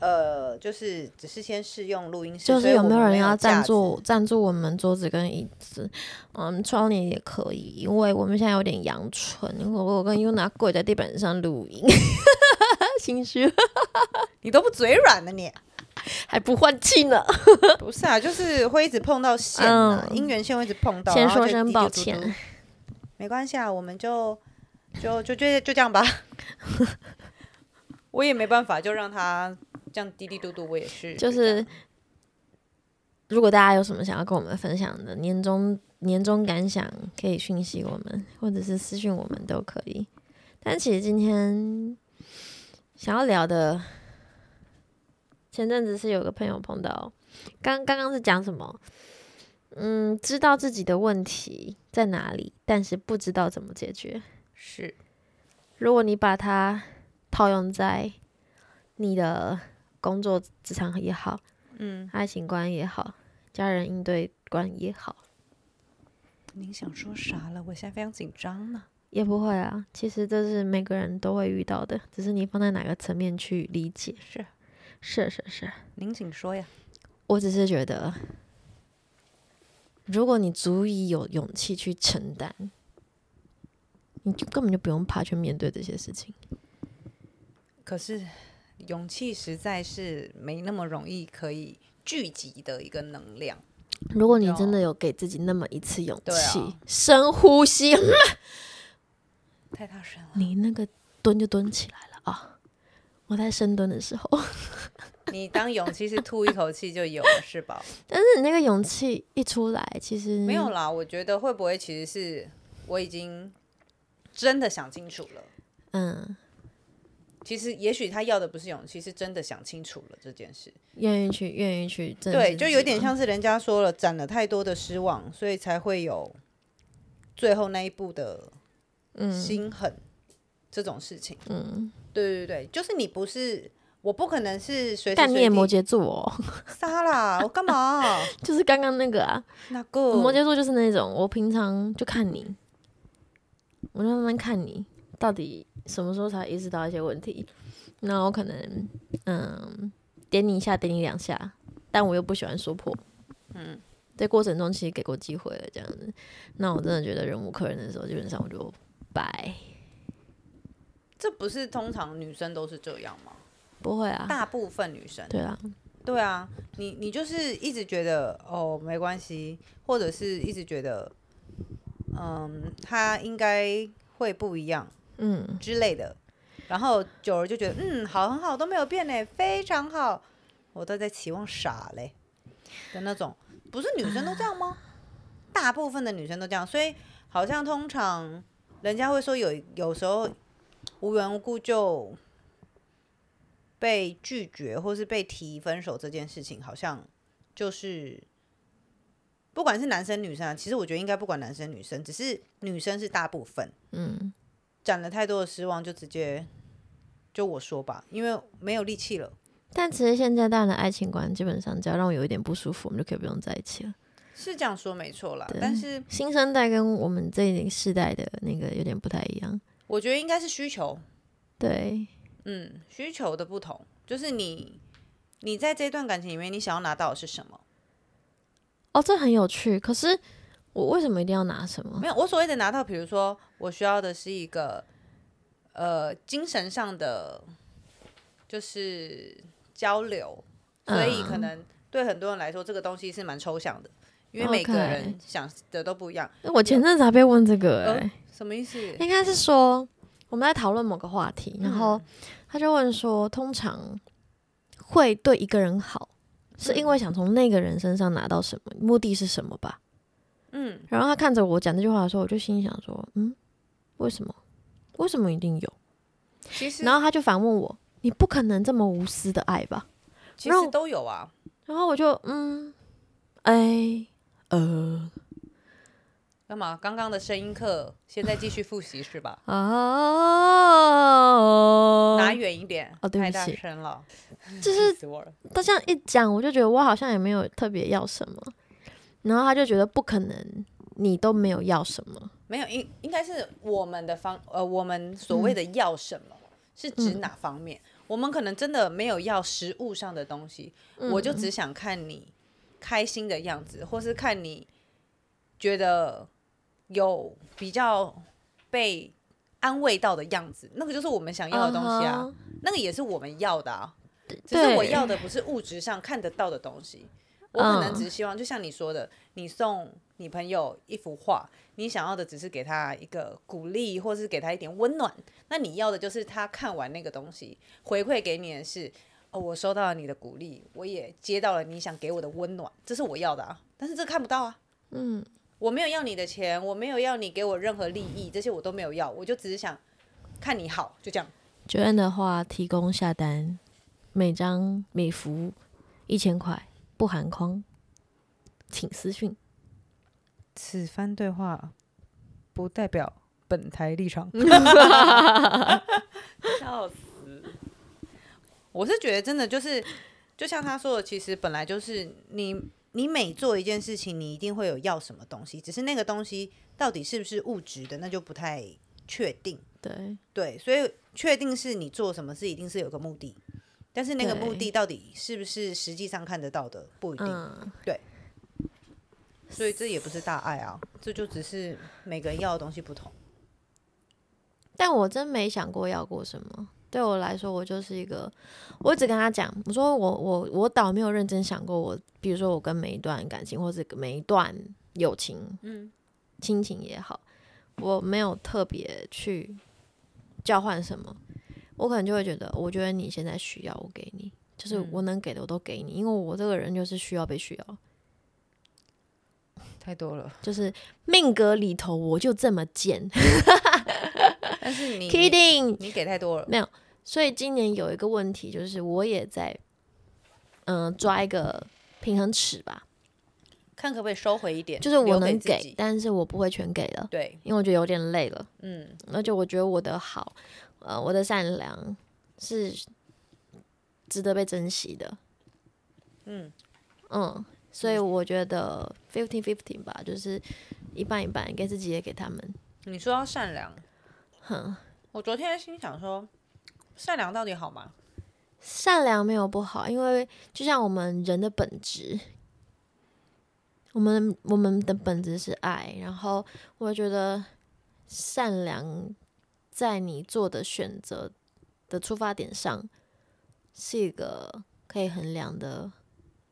Speaker 2: 呃，就是只是先试用录音室，
Speaker 1: 就是
Speaker 2: 所以
Speaker 1: 有没
Speaker 2: 我
Speaker 1: 有
Speaker 2: 们
Speaker 1: 人
Speaker 2: 没有
Speaker 1: 要
Speaker 2: 架
Speaker 1: 赞
Speaker 2: 子
Speaker 1: 助？赞助我们桌子跟椅子？嗯，窗帘也可以，因为我们现在有点阳春，我我跟 Yuna 跪在地板上录音， 心虚
Speaker 2: 你都不嘴软了你？
Speaker 1: 还不换气呢。
Speaker 2: 不是啊，就是会一直碰到线、啊，
Speaker 1: 嗯
Speaker 2: 姻缘线会一直碰到，
Speaker 1: 先
Speaker 2: 然后
Speaker 1: 说
Speaker 2: 就
Speaker 1: 声
Speaker 2: 滴
Speaker 1: 抱
Speaker 2: 滴嘟
Speaker 1: 歉
Speaker 2: 嘟，没关系啊，我们就就就就就这样吧。 我也没办法，就让他这样滴滴嘟嘟，我也是。
Speaker 1: 就
Speaker 2: 这
Speaker 1: 是
Speaker 2: 样
Speaker 1: 如果大家有什么想要跟我们分享的年终年终感想，可以讯息我们，或者是私讯我们都可以。但其实今天想要聊的，前阵子是有个朋友碰到，刚刚刚是讲什么？嗯，知道自己的问题在哪里，但是不知道怎么解决。
Speaker 2: 是
Speaker 1: 如果你把它套用在你的工作职场也好，
Speaker 2: 嗯，
Speaker 1: 爱情观也好，家人应对观也好，
Speaker 2: 您想说啥了？我现在非常紧张呢。
Speaker 1: 也不会啊。其实这是每个人都会遇到的，只是你放在哪个层面去理解。
Speaker 2: 是，
Speaker 1: 是是是，
Speaker 2: 您请说呀。
Speaker 1: 我只是觉得，如果你足以有勇气去承担，你就根本就不用怕去面对这些事情。
Speaker 2: 可是，勇气实在是没那么容易可以聚集的一个能量。
Speaker 1: 如果你真的有给自己那么一次勇
Speaker 2: 对啊
Speaker 1: 气，深呼吸，
Speaker 2: 太大声了，
Speaker 1: 你那个蹲就蹲起来了啊！我在深蹲的时候，
Speaker 2: 你当勇气是吐一口气就有了是吧？
Speaker 1: 但是你那个勇气一出来，其实
Speaker 2: 没有啦，我觉得会不会其实是我已经真的想清楚了。
Speaker 1: 嗯，
Speaker 2: 其实，也许他要的不是勇气，是真的想清楚了这件事。
Speaker 1: 愿意去，愿意去，真的
Speaker 2: 对，就有点像是人家说了，攒了太多的失望，所以才会有最后那一步的
Speaker 1: 嗯
Speaker 2: 心狠、这种事情。嗯，对对对，就是你不是，我不可能是随时
Speaker 1: 但你也摩
Speaker 2: 随
Speaker 1: 羯
Speaker 2: 地
Speaker 1: 座、哦，
Speaker 2: 杀啦，我干嘛？
Speaker 1: 就是刚刚那个啊，
Speaker 2: 那个
Speaker 1: 摩羯座就是那种，我平常就看你，我就慢慢看你到底什么时候才意识到一些问题。那我可能嗯，点你一下，点你两下，但我又不喜欢说破。嗯，在过程中其实给过机会了，这样子。那我真的觉得忍无可忍的时候，基本上我就拜。
Speaker 2: 这不是通常女生都是这样吗？
Speaker 1: 不会啊，
Speaker 2: 大部分女生
Speaker 1: 对啊，
Speaker 2: 对啊，你你就是一直觉得哦没关系，或者是一直觉得嗯他应该会不一样
Speaker 1: 嗯，
Speaker 2: 之类的，然后久了就觉得嗯好很好都没有变呢，非常好，我都在期望傻嘞的那种，不是女生都这样吗？大部分的女生都这样，所以好像通常人家会说有有时候无缘无故就被拒绝或是被提分手这件事情，好像就是不管是男生女生啊，其实我觉得应该不管男生女生，只是女生是大部分，嗯，攒了太多的失望就直接就我说吧，因为没有力气了。
Speaker 1: 但其实现在大家的爱情观，基本上只要让我有一点不舒服，我们就可以不用在一起了。
Speaker 2: 是这样说没错啦，但是
Speaker 1: 新生代跟我们这一世代的那个有点不太一样，
Speaker 2: 我觉得应该是需求，
Speaker 1: 对，
Speaker 2: 嗯，需求的不同，就是你你在这段感情里面，你想要拿到的是什么？
Speaker 1: 哦，这很有趣。可是我为什么一定要拿什么？
Speaker 2: 没有，我所谓的拿到，比如说我需要的是一个呃精神上的就是交流，所以可能对很多人来说，这个东西是蛮抽象的，因为每个
Speaker 1: OK
Speaker 2: 人想的都不一样。
Speaker 1: 我前阵子还被问这个、
Speaker 2: 呃
Speaker 1: 欸，
Speaker 2: 什么意思？
Speaker 1: 应该是说我们在讨论某个话题，然后他就问说，通常会对一个人好，是因为想从那个人身上拿到什么，目的是什么吧？
Speaker 2: 嗯，
Speaker 1: 然后他看着我讲这句话的时候，我就心里想说，嗯，为什么？为什么一定有？
Speaker 2: 其实
Speaker 1: 然后他就反问我，你不可能这么无私的爱吧？
Speaker 2: 其实都有啊，
Speaker 1: 然后我就嗯，哎，呃
Speaker 2: 干嘛？刚刚的声音课，现在继续复习是吧？
Speaker 1: 哦，
Speaker 2: 拿远一点，
Speaker 1: 哦对不
Speaker 2: 太大
Speaker 1: 起
Speaker 2: 声了，
Speaker 1: 就
Speaker 2: 气
Speaker 1: 是
Speaker 2: 死我了。
Speaker 1: 他这样一讲，我就觉得我好像也没有特别要什么，然后他就觉得不可能，你都没有要什么，
Speaker 2: 没有，应应该是我们的方呃，我们所谓的
Speaker 1: 嗯
Speaker 2: 要什么、是指哪方面？我们可能真的没有要食物上的东西，
Speaker 1: 嗯
Speaker 2: 我就只想看你开心的样子，或是看你觉得有比较被安慰到的样子，那个就是我们想要的东西啊
Speaker 1: 嗯哼
Speaker 2: 那个也是我们要的啊。只是我要的不是物质上看得到的东西，我可能
Speaker 1: 嗯
Speaker 2: 只是希望，就像你说的，你送你朋友一幅画，你想要的只是给他一个鼓励，或是给他一点温暖。那你要的就是他看完那个东西，回馈给你的是，哦，我收到了你的鼓励，我也接到了你想给我的温暖，这是我要的啊。但是这看不到啊，
Speaker 1: 嗯，
Speaker 2: 我没有要你的钱，我没有要你给我任何利益，这些我都没有要，我就只是想看你好，就这样。
Speaker 1: 九恩的话提供下单，每张每幅一千块，不含框，请私讯。
Speaker 2: 此番对话不代表 本台立场。笑死！我是觉得真的就是，就像他说的，其实本来就是你你每做一件事情，你一定会有要什么东西，只是那个东西到底是不是物质的，那就不太确定。
Speaker 1: 对
Speaker 2: 对，所以确定是你做什么事一定是有个目的，但是那个目
Speaker 1: 对
Speaker 2: 的到底是不是实际上看得到的不一定。
Speaker 1: 嗯，
Speaker 2: 所以这也不是大爱啊，这就只是每个人要的东西不同。
Speaker 1: 但我真没想过要过什么。对我来说，我就是一个，我只跟他讲，我说我我我倒没有认真想过我，比如说我跟每一段感情，或是每一段友情，嗯，亲情也好，我没有特别去交换什么，我可能就会觉得，我觉得你现在需要，我给你，就是我能给的我都给你，因为我这个人就是需要被需要，
Speaker 2: 太多了，
Speaker 1: 就是命格里头我就这么贱
Speaker 2: 但是你
Speaker 1: ，kidding，
Speaker 2: 你给太多了，
Speaker 1: 所以今年有一个问题，就是我也在，嗯、抓一个平衡尺吧，
Speaker 2: 看可不可以收回一点，
Speaker 1: 就是我
Speaker 2: 留
Speaker 1: 能
Speaker 2: 给自
Speaker 1: 给，
Speaker 2: 己，
Speaker 1: 但是我不会全给了，
Speaker 2: 对，
Speaker 1: 因为我觉得有点累了，
Speaker 2: 嗯，
Speaker 1: 而且我觉得我的好，呃，我的善良是值得被珍惜的，嗯嗯，所以我觉得 fifteen fifteen 吧，就是一半一半，给自己也给他们，
Speaker 2: 你说到善良，
Speaker 1: 哼，
Speaker 2: 我昨天心想说，善良到底好吗？
Speaker 1: 善良没有不好，因为就像我们人的本质，我们我们的本质是爱。然后我觉得善良在你做的选择的出发点上，是一个可以衡量的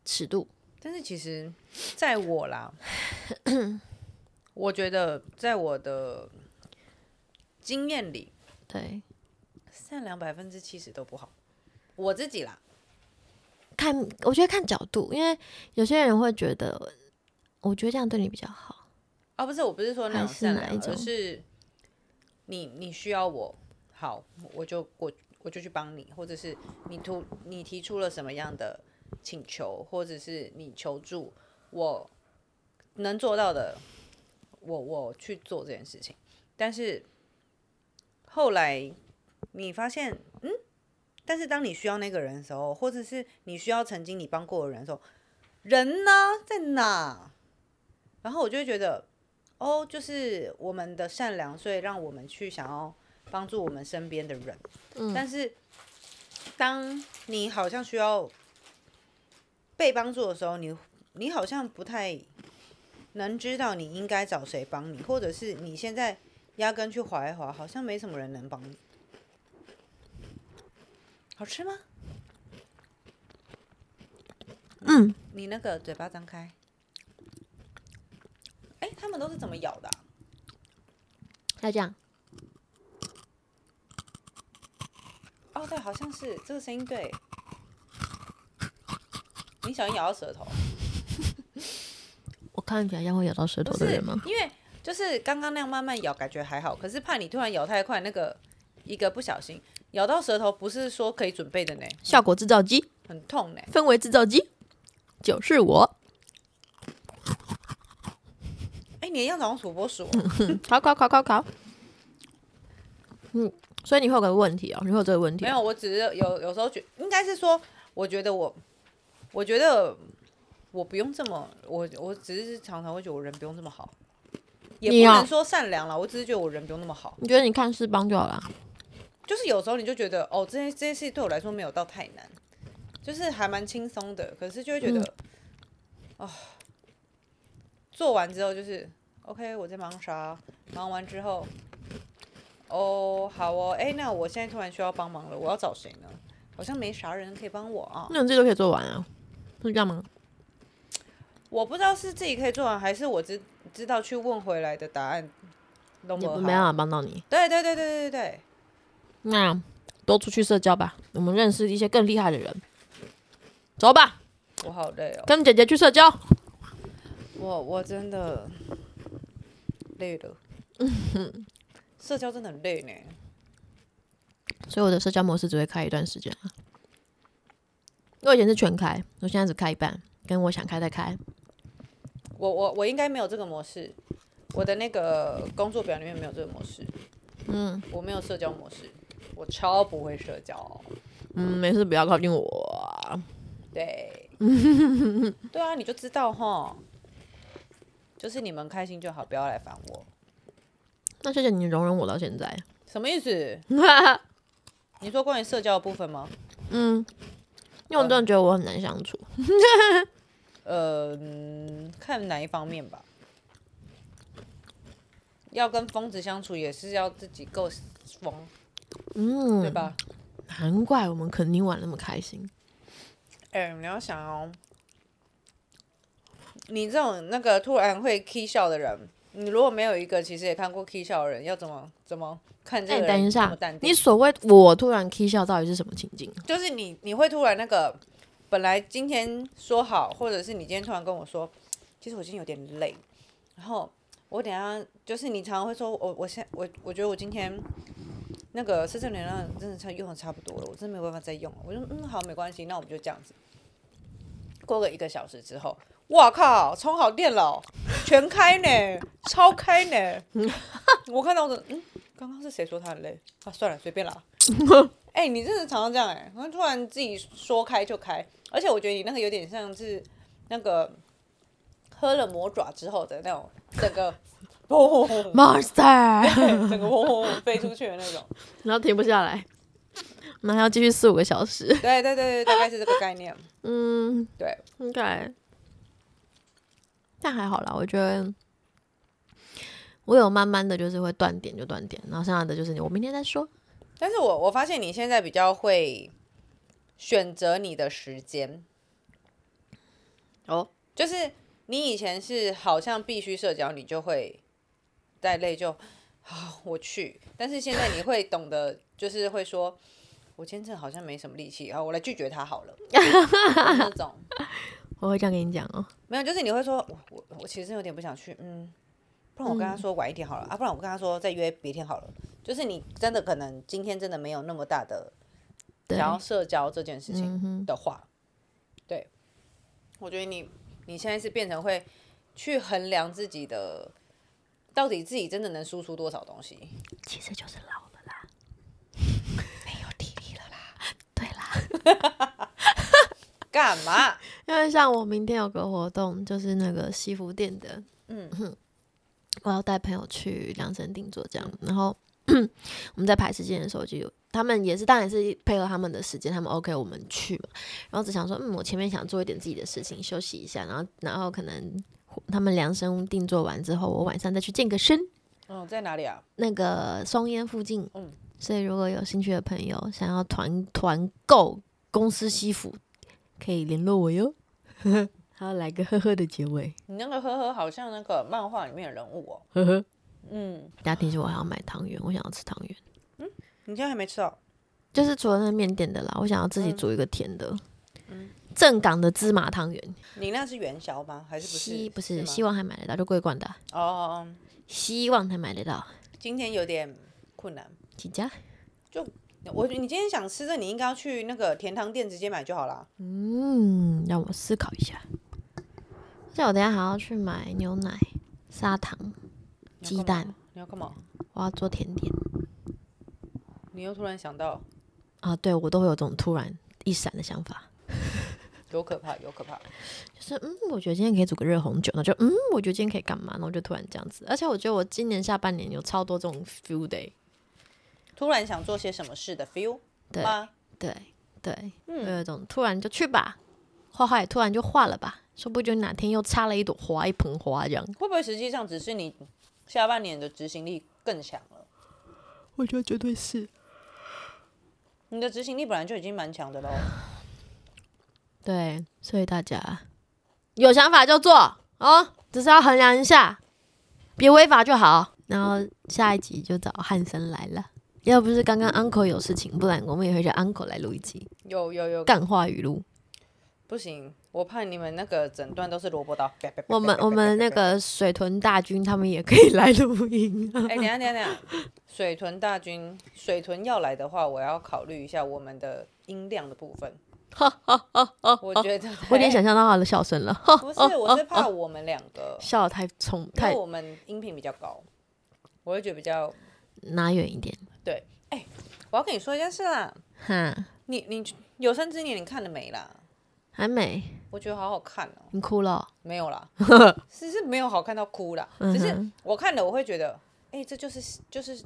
Speaker 1: 尺度。
Speaker 2: 但是其实，在我啦， 我觉得在我的经验里，
Speaker 1: 对，
Speaker 2: 善良百分之七十都不好。我自己啦，
Speaker 1: 看我觉得看角度，因为有些人会觉得，我觉得这样对你比较好。
Speaker 2: 哦，不是，我不是说那
Speaker 1: 还
Speaker 2: 种
Speaker 1: 是
Speaker 2: 善
Speaker 1: 哪一
Speaker 2: 良，而
Speaker 1: 种
Speaker 2: 是你你需要我好，我就我我就去帮你，或者是你突你提出了什么样的请求，或者是你求助，我能做到的，我我去做这件事情。但是后来你发现，嗯，但是当你需要那个人的时候，或者是你需要曾经你帮过的人的时候，人呢在哪？然后我就会觉得，哦，就是我们的善良，所以让我们去想要帮助我们身边的人。但是当你好像需要被帮助的时候，你你好像不太能知道你应该找谁帮你，或者是你现在压根去划一划，好像没什么人能帮你。好吃吗？嗯，你那个嘴巴张开。哎，他们都是怎么咬的啊、
Speaker 1: 要这样，
Speaker 2: 哦，对，好像是这个声音对。你小心咬到舌头，
Speaker 1: 我看起来像会咬到舌头
Speaker 2: 不
Speaker 1: 的
Speaker 2: 是
Speaker 1: 人吗？
Speaker 2: 因为就是刚刚那样慢慢咬，感觉还好。可是怕你突然咬太快，那个一个不小心咬到舌头，不是说可以准备的呢，
Speaker 1: 效果制造机。
Speaker 2: 很痛呢。
Speaker 1: 氛围制造机，就是我。
Speaker 2: 哎，你的样子好像土拨鼠哦，
Speaker 1: 考考考考考。嗯，所以你会有个问题哦，你会有这个问题
Speaker 2: 没
Speaker 1: 哦、
Speaker 2: 有，我只是有有时候觉，应该是说，我觉得我，我觉得我不用这么，我我只是常常会觉得我人不用这么好，也
Speaker 1: 你
Speaker 2: 不
Speaker 1: 啊
Speaker 2: 能说善良了，我只是觉得我人不用那么好。
Speaker 1: 你觉得你看四帮就好啦。
Speaker 2: 就是有时候你就觉得哦，这些这些事情对我来说没有到太难，就是还蛮轻松的，可是就会觉得，
Speaker 1: 嗯
Speaker 2: 哦，做完之后就是 OK，我在忙啥？忙完之后，哦，好哦，哎，那我现在突然需要帮忙了，我要找谁呢？好像没啥人可以帮我啊，
Speaker 1: 那你自己都可以做完啊，是这样吗？
Speaker 2: 我不知道是自己可以做完，还是我知知道去问回来的答案，懂
Speaker 1: 也
Speaker 2: 不
Speaker 1: 不
Speaker 2: 好？
Speaker 1: 没办法帮到你。
Speaker 2: 对对对对对对
Speaker 1: 那多出去社交吧，我们认识一些更厉害的人。走吧，
Speaker 2: 对，我好累哦。
Speaker 1: 跟姐姐去社交。
Speaker 2: 我我真的累了，社交真的很累呢。
Speaker 1: 所以我的社交模式只会开一段时间啊。我以前是全开，我现在只开一半，跟我想开再开。
Speaker 2: 我我我应该没有这个模式，我的那个工作表里面没有这个模式。嗯，我没有社交模式，我超不会社交。
Speaker 1: 嗯，没事，不要靠近我。啊
Speaker 2: 对，对啊，你就知道哈，就是你们开心就好，不要来烦我。
Speaker 1: 那谢谢你容忍我到现 在。
Speaker 2: 什么意思？你说关于社交的部分吗？
Speaker 1: 嗯，因为我真的觉得我很难相处。
Speaker 2: 呃，嗯看哪一方面吧。要跟疯子相处，也是要自己够疯，对
Speaker 1: 嗯，
Speaker 2: 吧？
Speaker 1: 难怪我们肯定玩那么开心。
Speaker 2: 哎、你要想哦，你这种那个突然会 k 笑的人，你如果没有一个其实也看过 k 笑的人，要怎么怎么看这
Speaker 1: 哎、
Speaker 2: 个人、
Speaker 1: 等一
Speaker 2: 这么
Speaker 1: 下
Speaker 2: 淡，定
Speaker 1: 你所谓我突然 k 笑到底是什么情 境？
Speaker 2: 就是你你会突然那个，本来今天说好，或者是你今天突然跟我说，其实我今天有点累，然后我等一下就是你常常会说，我我现我我觉得我今天那个四正能量真的差用的差不多了，我真的没有办法再用了。我就嗯好没关系，那我们就这样子。过个一个小时之后，哇靠，充好电了哦，全开呢，超开呢。我看到我的嗯，刚刚是谁说他很累？啊，算了，随便啦。哎、你真的常常这样哎、然后突然自己说开就开，而且我觉得你那个有点像是那个喝了魔爪之后的那种整个 轰轰轰，
Speaker 1: Monster，
Speaker 2: 对整个轰轰轰飞出去的那种。
Speaker 1: 然后停不下来，那还要继续四五个小时。
Speaker 2: 对对对对，大概是这个概念。
Speaker 1: 嗯，
Speaker 2: 对，
Speaker 1: 应该，但还好啦，我觉得。我有慢慢的就是会断点就断点，然后剩下的就是你，我明天再说。
Speaker 2: 但是我我发现你现在比较会选择你的时间，
Speaker 1: 哦，
Speaker 2: 就是你以前是好像必须社交，你就会带累就啊我去，但是现在你会懂得，就是会说，我今天真的好像没什么力气，然后我来拒绝他好了，那种
Speaker 1: 我会这样跟你讲哦。
Speaker 2: 没有，就是你会说，我我我其实有点不想去，嗯，不然我跟他说晚一点好了、啊，不然我跟他说再约别天好了，就是你真的可能今天真的没有那么大的
Speaker 1: 对，
Speaker 2: 想要社交这件事
Speaker 1: 嗯
Speaker 2: 情
Speaker 1: 哼
Speaker 2: 的话，对，我觉得你你现在是变成会去衡量自己的，到底自己真的能输出多少东西。
Speaker 1: 其实就是老了啦。
Speaker 2: 干嘛？
Speaker 1: 因为像我明天有个活动，就是那个西服店的，
Speaker 2: 嗯，
Speaker 1: 我要带朋友去量身定做这样，然后 我们在排时间的时候就有。他们也是，当然是配合他们的时间，他们 OK 我们去嘛。然后只想说，嗯，我前面想做一点自己的事情，休息一下，然后然后可能他们量身定做完之后，我晚上再去健个身，
Speaker 2: 嗯，在哪里啊？
Speaker 1: 那个松烟附近。
Speaker 2: 嗯
Speaker 1: 所以如果有兴趣的朋友想要团团购公司西服，可以联络我哟。 还要来个呵呵的结尾，
Speaker 2: 你那个呵呵好像那个漫画里面的人物哦。
Speaker 1: 呵呵。
Speaker 2: 嗯，
Speaker 1: 大家提醒我还要买汤圆，我想要吃汤圆，
Speaker 2: 你今天还没吃哦？
Speaker 1: 就是除了那个面点的啦，我想要自
Speaker 2: 嗯
Speaker 1: 己煮一个甜的。正港的芝麻汤圆，
Speaker 2: 你那是元宵吗？还是不
Speaker 1: 希
Speaker 2: 是？
Speaker 1: 不是
Speaker 2: 吗
Speaker 1: 希望还买得到，就桂冠的啊，
Speaker 2: 哦哦，哦
Speaker 1: 希望还买得到。
Speaker 2: 今天有点困难。
Speaker 1: 几家？
Speaker 2: 我你今天想吃这，你应该要去那个甜汤店直接买就好啦。
Speaker 1: 嗯，让我思考一下。而且我等一下还要去买牛奶、砂糖，
Speaker 2: 你要
Speaker 1: 鸡
Speaker 2: 干嘛
Speaker 1: 蛋？
Speaker 2: 你要干嘛？
Speaker 1: 我要做甜点
Speaker 2: 你又突然想到，
Speaker 1: 啊！对我都会有种突然一闪的想法，
Speaker 2: 有可怕，有可怕。
Speaker 1: 就是嗯，我觉得今天可以煮个热红酒，那就嗯，我觉得今天可以干嘛？那我就突然这样子。而且我觉得我今年下半年有超多这种 feel day。
Speaker 2: 突然想做些什么事的 feel
Speaker 1: 对
Speaker 2: 吗？
Speaker 1: 对对，会有一种突然就去吧，画画也突然就画了吧，说不定哪天又插了一朵花，一盆花这样。
Speaker 2: 会不会实际上只是你下半年的执行力更强了？
Speaker 1: 我觉得绝对是。
Speaker 2: 你的执行力本来就已经蛮强的喽。
Speaker 1: 对，所以大家有想法就做哦，只是要衡量一下，别违法就好。然后下一集就找汉森来了，要不是刚刚 uncle 有事情，不然我们也会叫 uncle 来录一集
Speaker 2: 有有有，
Speaker 1: 干话语录。
Speaker 2: 不行，我怕你们那个整段都是萝卜刀。啪啪啪
Speaker 1: 我 们
Speaker 2: 啪啪啪
Speaker 1: 我们那
Speaker 2: 啪啪
Speaker 1: 个水豚大军他们也可以来录音啊。
Speaker 2: 啪，哎、等一下等一下等一下，水豚大军，水豚要来的话，我要考虑一下我们的音量的部 分。我觉得
Speaker 1: 我有点想象到他的笑声了。
Speaker 2: 不是，我是怕我们两个，
Speaker 1: 笑得太冲
Speaker 2: 因为
Speaker 1: 哦太
Speaker 2: 我们音频比较高，我会觉得比较。
Speaker 1: 拿远一点，
Speaker 2: 我要跟你说一件事啦，啊
Speaker 1: 哈，
Speaker 2: 你你有生之年你看了没啦？
Speaker 1: 还美，
Speaker 2: 我觉得好好看哦、
Speaker 1: 你哭了哦、
Speaker 2: 没 有啦，是是没有好看到哭啦，
Speaker 1: 嗯
Speaker 2: 只是我看了我会觉得，哎、这就是就是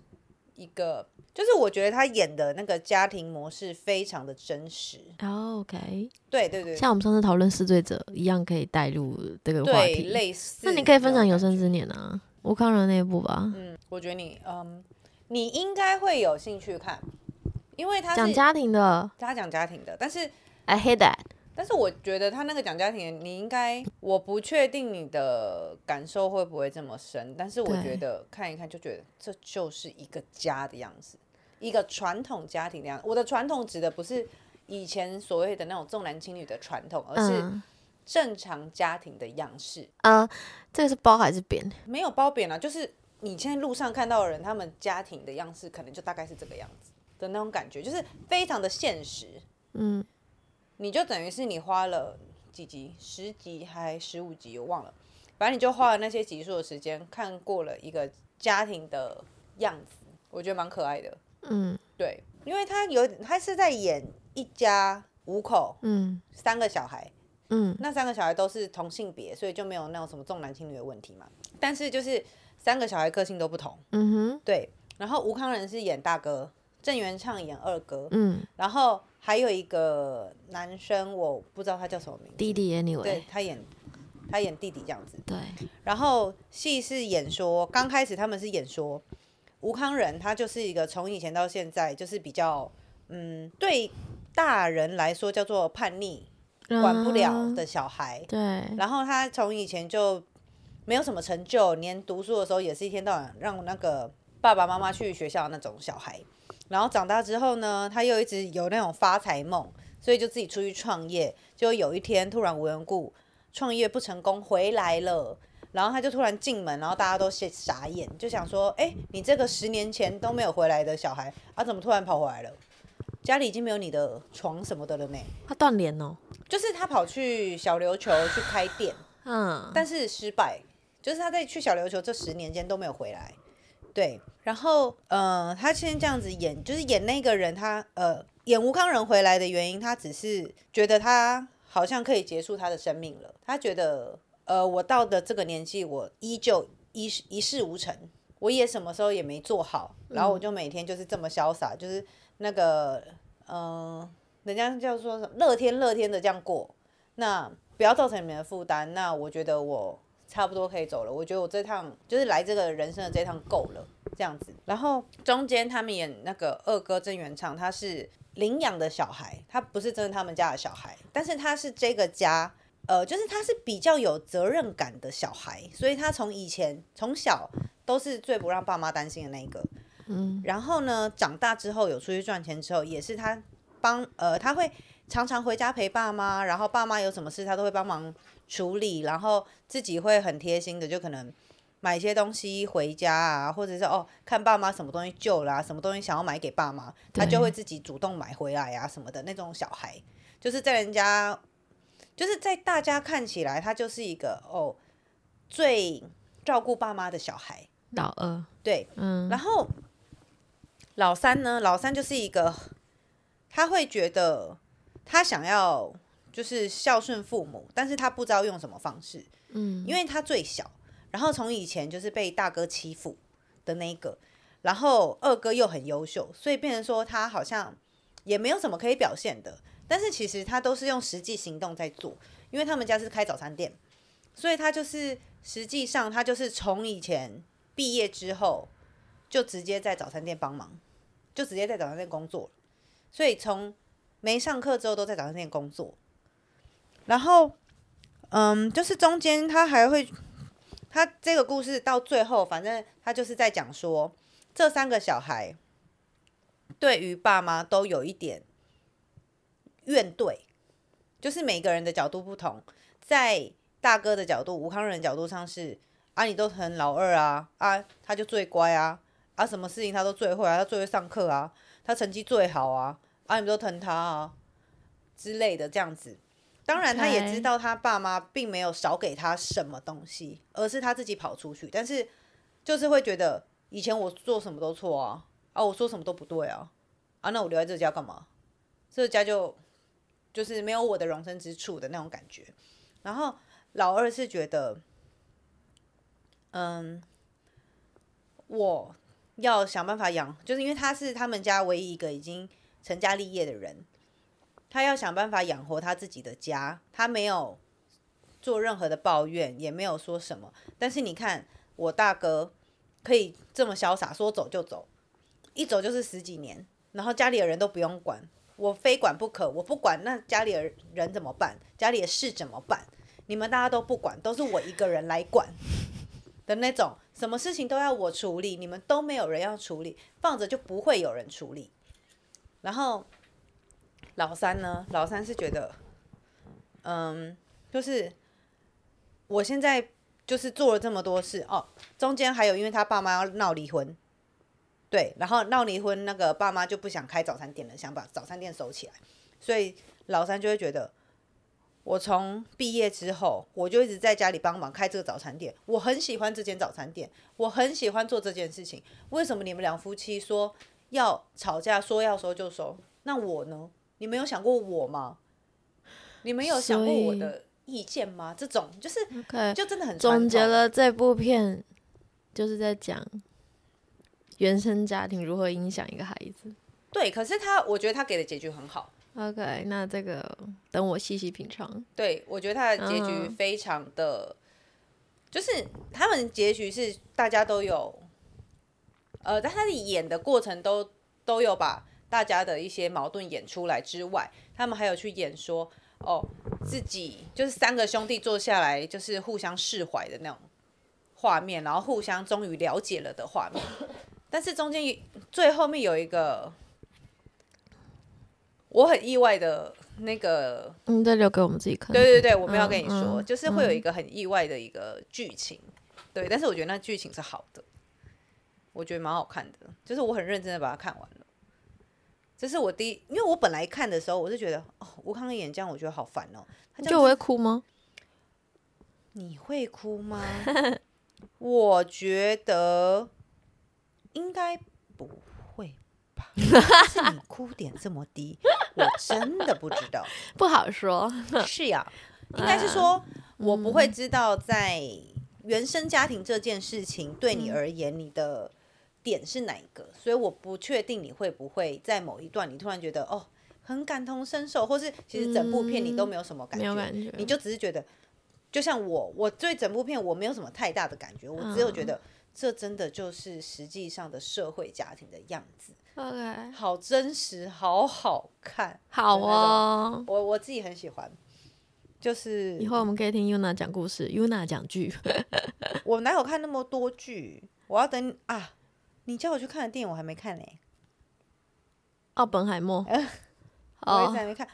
Speaker 2: 一个，就是我觉得他演的那个家庭模式非常的真实，
Speaker 1: o k
Speaker 2: 对对对，
Speaker 1: 像我们上次讨论试罪者一样，可以带入这个话
Speaker 2: 对
Speaker 1: 题。
Speaker 2: 类似。
Speaker 1: 那你可以分享有生之年啊，我看了那一部吧，
Speaker 2: 嗯，我觉得你嗯，你应该会有兴趣看，因为他
Speaker 1: 讲
Speaker 2: 是
Speaker 1: 家庭的
Speaker 2: 他讲家庭的，但是
Speaker 1: ，I hate that。
Speaker 2: 但是我觉得他那个讲家庭的，你应该我不确定你的感受会不会这么深，但是我
Speaker 1: 对
Speaker 2: 觉得看一看就觉得这就是一个家的样子，一个传统家庭的样子。我的传统指的不是以前所谓的那种重男轻女的传统，而是
Speaker 1: 嗯，
Speaker 2: 正常家庭的样式。
Speaker 1: 呃，这个是包还是扁？
Speaker 2: 没有褒贬啊，就是你现在路上看到的人，他们家庭的样式可能就大概是这个样子的那种感觉，就是非常的现实。
Speaker 1: 嗯，
Speaker 2: 你就等于是你花了几集，十集还十五集，我忘了，反正你就花了那些集数的时间，看过了一个家庭的样子，我觉得蛮可爱的。
Speaker 1: 嗯
Speaker 2: 对，因为他有他是在演一家五口
Speaker 1: 嗯
Speaker 2: 三个小孩，
Speaker 1: 嗯
Speaker 2: 那三个小孩都是同性别，所以就没有那种什么重男轻女的问题嘛。但是就是三个小孩个性都不同，
Speaker 1: 嗯哼，
Speaker 2: 对。然后吴康仁是演大哥，郑元畅演二哥，
Speaker 1: 嗯，
Speaker 2: 然后还有一个男生，我不知道他叫什么名字，
Speaker 1: 弟弟
Speaker 2: 对
Speaker 1: anyway，
Speaker 2: 他演他演弟弟这样子。
Speaker 1: 对，
Speaker 2: 然后戏是演说，刚开始他们是演说，吴康仁他就是一个从以前到现在就是比较嗯对大人来说叫做叛逆，管不
Speaker 1: 啊
Speaker 2: 了的小孩。
Speaker 1: 嗯对，
Speaker 2: 然后他从以前就没有什么成就，连读书的时候也是一天到晚让那个爸爸妈妈去学校的那种小孩。然后长大之后呢，他又一直有那种发财梦，所以就自己出去创业。就有一天突然无缘故创业不成功回来了，然后他就突然进门，然后大家都傻傻眼，就想说：哎，你这个十年前都没有回来的小孩，啊，怎么突然跑回来了？家里已经没有你的床什么的了呢。
Speaker 1: 他断联哦，
Speaker 2: 就是他跑去小琉球去开店，
Speaker 1: 嗯，
Speaker 2: 但是失败，就是他在去小琉球这十年间都没有回来。对，然后呃，他现在这样子演，就是演那个人他，呃演吴康仁回来的原因，他只是觉得他好像可以结束他的生命了，他觉得呃，我到的这个年纪，我依旧一事一事无成，我也什么时候也没做好，然后我就每天就是这么潇洒，就是那个嗯、呃人家叫做什么乐天乐天的这样过，那不要造成你们的负担。那我觉得我差不多可以走了。我觉得我这趟就是来这个人生的这趟够了，这样子。然后中间他们演那个二哥郑元畅，他是领养的小孩，他不是真的他们家的小孩，但是他是这个家。呃，就是他是比较有责任感的小孩，所以他从以前从小都是最不让爸妈担心的那一个。
Speaker 1: 嗯
Speaker 2: 然后呢，长大之后有出去赚钱之后，也是他帮呃，他会常常回家陪爸妈，然后爸妈有什么事他都会帮忙处理，然后自己会很贴心的，就可能买一些东西回家啊，或者是哦看爸妈什么东西旧啦、什么东西想要买给爸妈，他
Speaker 1: 对
Speaker 2: 就会自己主动买回来啊什么的那种小孩，就是在人家就是在大家看起来他就是一个哦最照顾爸妈的小孩，
Speaker 1: 老二，
Speaker 2: 对，
Speaker 1: 嗯，
Speaker 2: 然后老三呢，老三就是一个，他会觉得他想要就是孝顺父母，但是他不知道用什么方式，
Speaker 1: 嗯，
Speaker 2: 因为他最小，然后从以前就是被大哥欺负的那一个，然后二哥又很优秀，所以变成说他好像也没有什么可以表现的，但是其实他都是用实际行动在做，因为他们家是开早餐店，所以他就是实际上他就是从以前毕业之后就直接在早餐店帮忙，就直接在早餐店工作了，所以从没上课之后都在早餐店工作，然后嗯，就是中间他还会，他这个故事到最后，反正他就是在讲说这三个小孩对于爸妈都有一点怨怼，就是每个人的角度不同，在大哥的角度、吴康仁的角度上是啊，你都很老二啊，啊，他就最乖啊，啊，什么事情他都最会啊，他最会上课啊，他成绩最好啊，啊，你们都疼他啊之类的这样子。当然，他也
Speaker 1: OK
Speaker 2: 知道他爸妈并没有少给他什么东西，而是他自己跑出去，但是就是会觉得以前我做什么都错啊，啊，我说什么都不对啊，啊，那我留在这家干嘛？这个家就就是没有我的容身之处的那种感觉。然后老二是觉得，嗯，我要想办法养，就是因为他是他们家唯一一个已经成家立业的人，他要想办法养活他自己的家，他没有做任何的抱怨，也没有说什么。但是你看，我大哥可以这么潇洒，说走就走，一走就是十几年，然后家里的人都不用管，我非管不可，我不管，那家里的人怎么办？家里的事怎么办？你们大家都不管，都是我一个人来管的那种，什么事情都要我处理，你们都没有人要处理，放着就不会有人处理。然后老三呢？老三是觉得，嗯，就是我现在就是做了这么多事哦，中间还有因为他爸妈要闹离婚，对，然后闹离婚，那个爸妈就不想开早餐店了，想把早餐店收起来，所以老三就会觉得，我从毕业之后，我就一直在家里帮忙开这个早餐店，我很喜欢这间早餐店，我很喜欢做这件事情，为什么你们两夫妻说要吵架，说要收就收，那我呢？你们有想过我吗？你们有想过我的意见吗？这种就是
Speaker 1: ，OK，
Speaker 2: 就真的很传
Speaker 1: 总
Speaker 2: 统
Speaker 1: 结了这部片，就是在讲原生家庭如何影响一个孩子。
Speaker 2: 对，可是他，我觉得他给的结局很好。
Speaker 1: OK，那这个等我细细品尝。
Speaker 2: 对，我觉得他的结局
Speaker 1: 嗯
Speaker 2: 非常的，就是他们结局是大家都有，呃，但他的演的过程都都有把大家的一些矛盾演出来之外，他们还有去演说哦，自己就是三个兄弟坐下来就是互相释怀的那种画面，然后互相终于了解了的画面，但是中间有最后面有一个。我很意外的那个
Speaker 1: 嗯，再留给我们自己看。
Speaker 2: 对对对，我没有跟你
Speaker 1: 嗯
Speaker 2: 说，
Speaker 1: 嗯
Speaker 2: 就是会有一个很意外的一个剧情，对，但是我觉得那剧情是好的，我觉得蛮好看的，就是我很认真的把它看完了。这是我第一，因为我本来看的时候，我是觉得哦，吴康的演这样，我觉得好烦哦。他
Speaker 1: 你觉得
Speaker 2: 这样
Speaker 1: 我
Speaker 2: 子
Speaker 1: 会哭吗？
Speaker 2: 你会哭吗？ 我觉得应该不会吧， 是你哭点这么低，我真的不知道。
Speaker 1: 不好说。
Speaker 2: 是呀、
Speaker 1: 嗯
Speaker 2: 应该是说，我不会知道在原生家庭这件事情对
Speaker 1: 嗯
Speaker 2: 你而言，你的点是哪一个，所以我不确定你会不会在某一段你突然觉得哦很感同身受，或是其实整部片你都没有什么
Speaker 1: 嗯
Speaker 2: 感
Speaker 1: 没
Speaker 2: 觉，
Speaker 1: 有感觉
Speaker 2: 你就只是觉得，就像我，我对整部片我没有什么太大的感觉，我只有
Speaker 1: 嗯
Speaker 2: 觉得这真的就是实际上的社会家庭的样子，
Speaker 1: OK，
Speaker 2: 好真实，好好看，
Speaker 1: 好哦。
Speaker 2: 我我自己很喜欢。就是
Speaker 1: 以后我们可以听 Yuna 讲故事，Yuna 讲剧。
Speaker 2: 我哪有看那么多剧？我要等啊！你叫我去看的电影我还没看呢、
Speaker 1: 奥本海默。
Speaker 2: 我一直
Speaker 1: 哦，
Speaker 2: 还没看。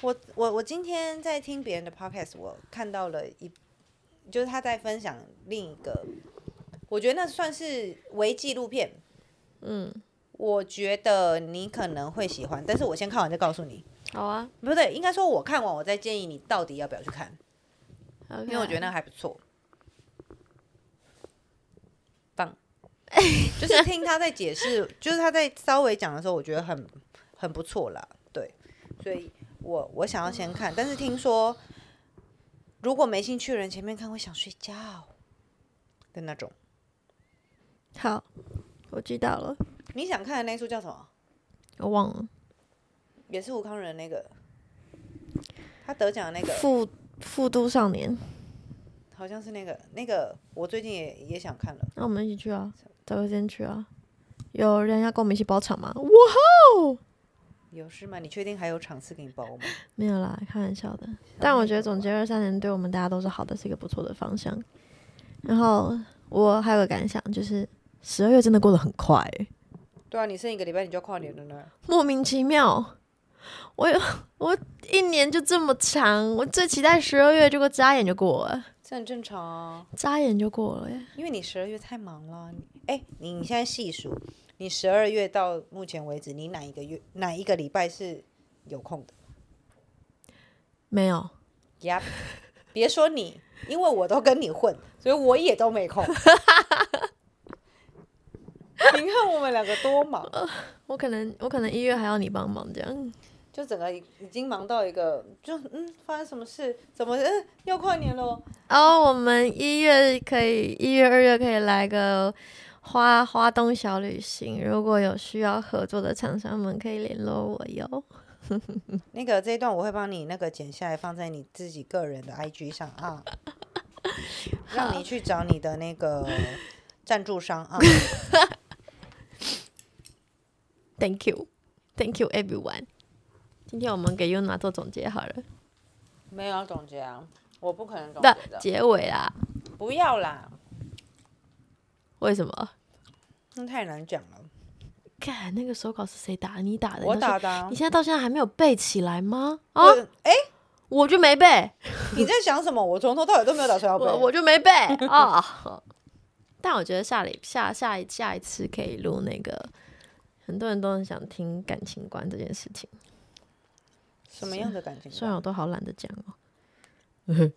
Speaker 2: 我我我今天在听别人的 podcast，我看到了一，就是他在分享另一个，我觉得那算是微纪录片。
Speaker 1: 嗯，
Speaker 2: 我觉得你可能会喜欢，但是我先看完再告诉你。
Speaker 1: 好啊。
Speaker 2: 不对，应该说我看完，我再建议你到底要不要去看，
Speaker 1: 因
Speaker 2: 因为我觉得那个还不错。棒，就是听他在解释，就是他在稍微讲的时候，我觉得很很不错啦。对，所以我我想要先看，但是听说如果没兴趣的人前面看会想睡觉的那种。
Speaker 1: 好，我知道了，
Speaker 2: 你想看的那一出叫什么？
Speaker 1: 我忘了。
Speaker 2: 也是吴康仁那个，他得奖的那个，
Speaker 1: 复复读少年，
Speaker 2: 好像是那个那个，我最近也也想看了。
Speaker 1: 那我们一起去啊，找个时间去啊。有人要跟我们一起包场吗？哇哦，
Speaker 2: 有事吗？你确定还有场次给你包吗？
Speaker 1: 没有啦，开玩笑的。但我觉得总结二三年对我们大家都是好的，是一个不错的方向。然后我还有个感想，就是十二月真的过得很快、欸
Speaker 2: 对啊，你剩一个礼拜你就要跨年了呢。
Speaker 1: 莫名其妙。我有我一年就这么长，我最期待十二月，结果眨眼就过了，
Speaker 2: 这很正常啊，
Speaker 1: 眨眼就过了耶。
Speaker 2: 因为你十二月太忙了。你哎、你你现在细数，你十二月到目前为止，你哪一个月哪一个礼拜是有空的？
Speaker 1: 没有，
Speaker 2: 呀，别说你，因为我都跟你混，所以我也都没空。 你看我们两个多忙，
Speaker 1: 我可能我可能一月还要你帮忙这样。
Speaker 2: 就整个已已经忙到一个，就嗯，发生什么事？怎么嗯，要跨年喽？
Speaker 1: 哦，我们一月可以，一月、二月可以来个花花东小旅行。如果有需要合作的厂商们，可以联络我哟。
Speaker 2: 那个这一段我会帮你那个剪下来，放在你自己个人的 IG 上啊， 让你去找你的那 个赞助商啊。
Speaker 1: Thank you, Thank you everyone。今天我们给 Yuna 做总结好了，
Speaker 2: 没有要总结啊，我不可能总结
Speaker 1: 的
Speaker 2: 的，
Speaker 1: 结尾啦。
Speaker 2: 不要啦，
Speaker 1: 为什么？
Speaker 2: 那太难讲了。
Speaker 1: 看那个手稿是谁打的？你打的？
Speaker 2: 我
Speaker 1: 你到现
Speaker 2: 打的、啊
Speaker 1: 你，现在到现在还没有背起来吗？啊，
Speaker 2: 我哎、
Speaker 1: 我就没背，
Speaker 2: 你在想什么？我从头到尾都没有打算要背。
Speaker 1: 我我就没背啊。但我觉得下礼下下一下一次可以录那个，很多人都很想听感情观这件事情，
Speaker 2: 什么样的感情观？
Speaker 1: 虽然我都好懒得讲哦。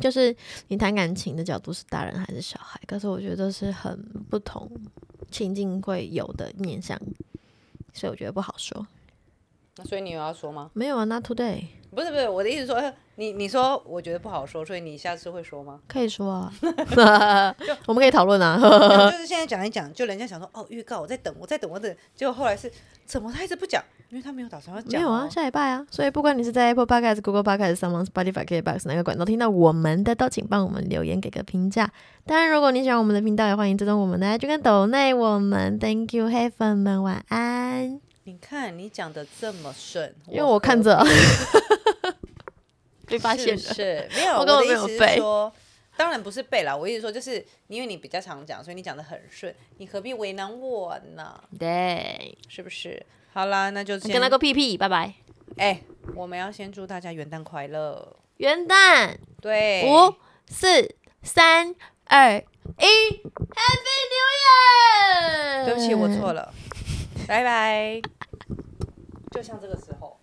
Speaker 1: 就是你谈感情的角度是大人还是小孩，可是我觉得是很不同情境会有的面向，所以我觉得不好说。
Speaker 2: 所以你有要说吗？
Speaker 1: 没有啊，Not today，
Speaker 2: 不是不是，我的意思说，呃你你说我觉得不好说，所以你下次会说吗？
Speaker 1: 可以说啊，我们可以讨论啊。
Speaker 2: 没有就是现在讲一讲，就人家想说哦，预告我在等，我在等，我在等，结果后来是怎么他一直不讲，因为他没有打算要
Speaker 1: 没
Speaker 2: 讲、哦
Speaker 1: 有啊，下礼拜啊。所以不管你是在 Apple Podcast、Google Podcast、上网 Spotify、KBox 哪个管道听到我们的，都请帮我们留言给个评价。当然，如果你喜欢我们的频道，也欢迎追踪我们的 IG 跟抖内我们。Thank you，黑粉们，晚安。
Speaker 2: 你看你讲的这么顺，
Speaker 1: 因为我看着， 被发现了。
Speaker 2: 是不是没有
Speaker 1: 我
Speaker 2: 我
Speaker 1: 根本没
Speaker 2: 的意
Speaker 1: 有
Speaker 2: 思
Speaker 1: 背
Speaker 2: 是说，当然不是背啦，我意思说就是因为你比较常讲，所以你讲的很顺，你何必为难我呢？
Speaker 1: 对，
Speaker 2: 是不是？好啦，那就先
Speaker 1: 跟那个屁屁，拜拜。
Speaker 2: 哎、我们要先祝大家元旦快乐，
Speaker 1: 元旦
Speaker 2: 对，
Speaker 1: 五四三二一，Happy New Year！
Speaker 2: 对不起，我错了，拜拜。就像这个时候。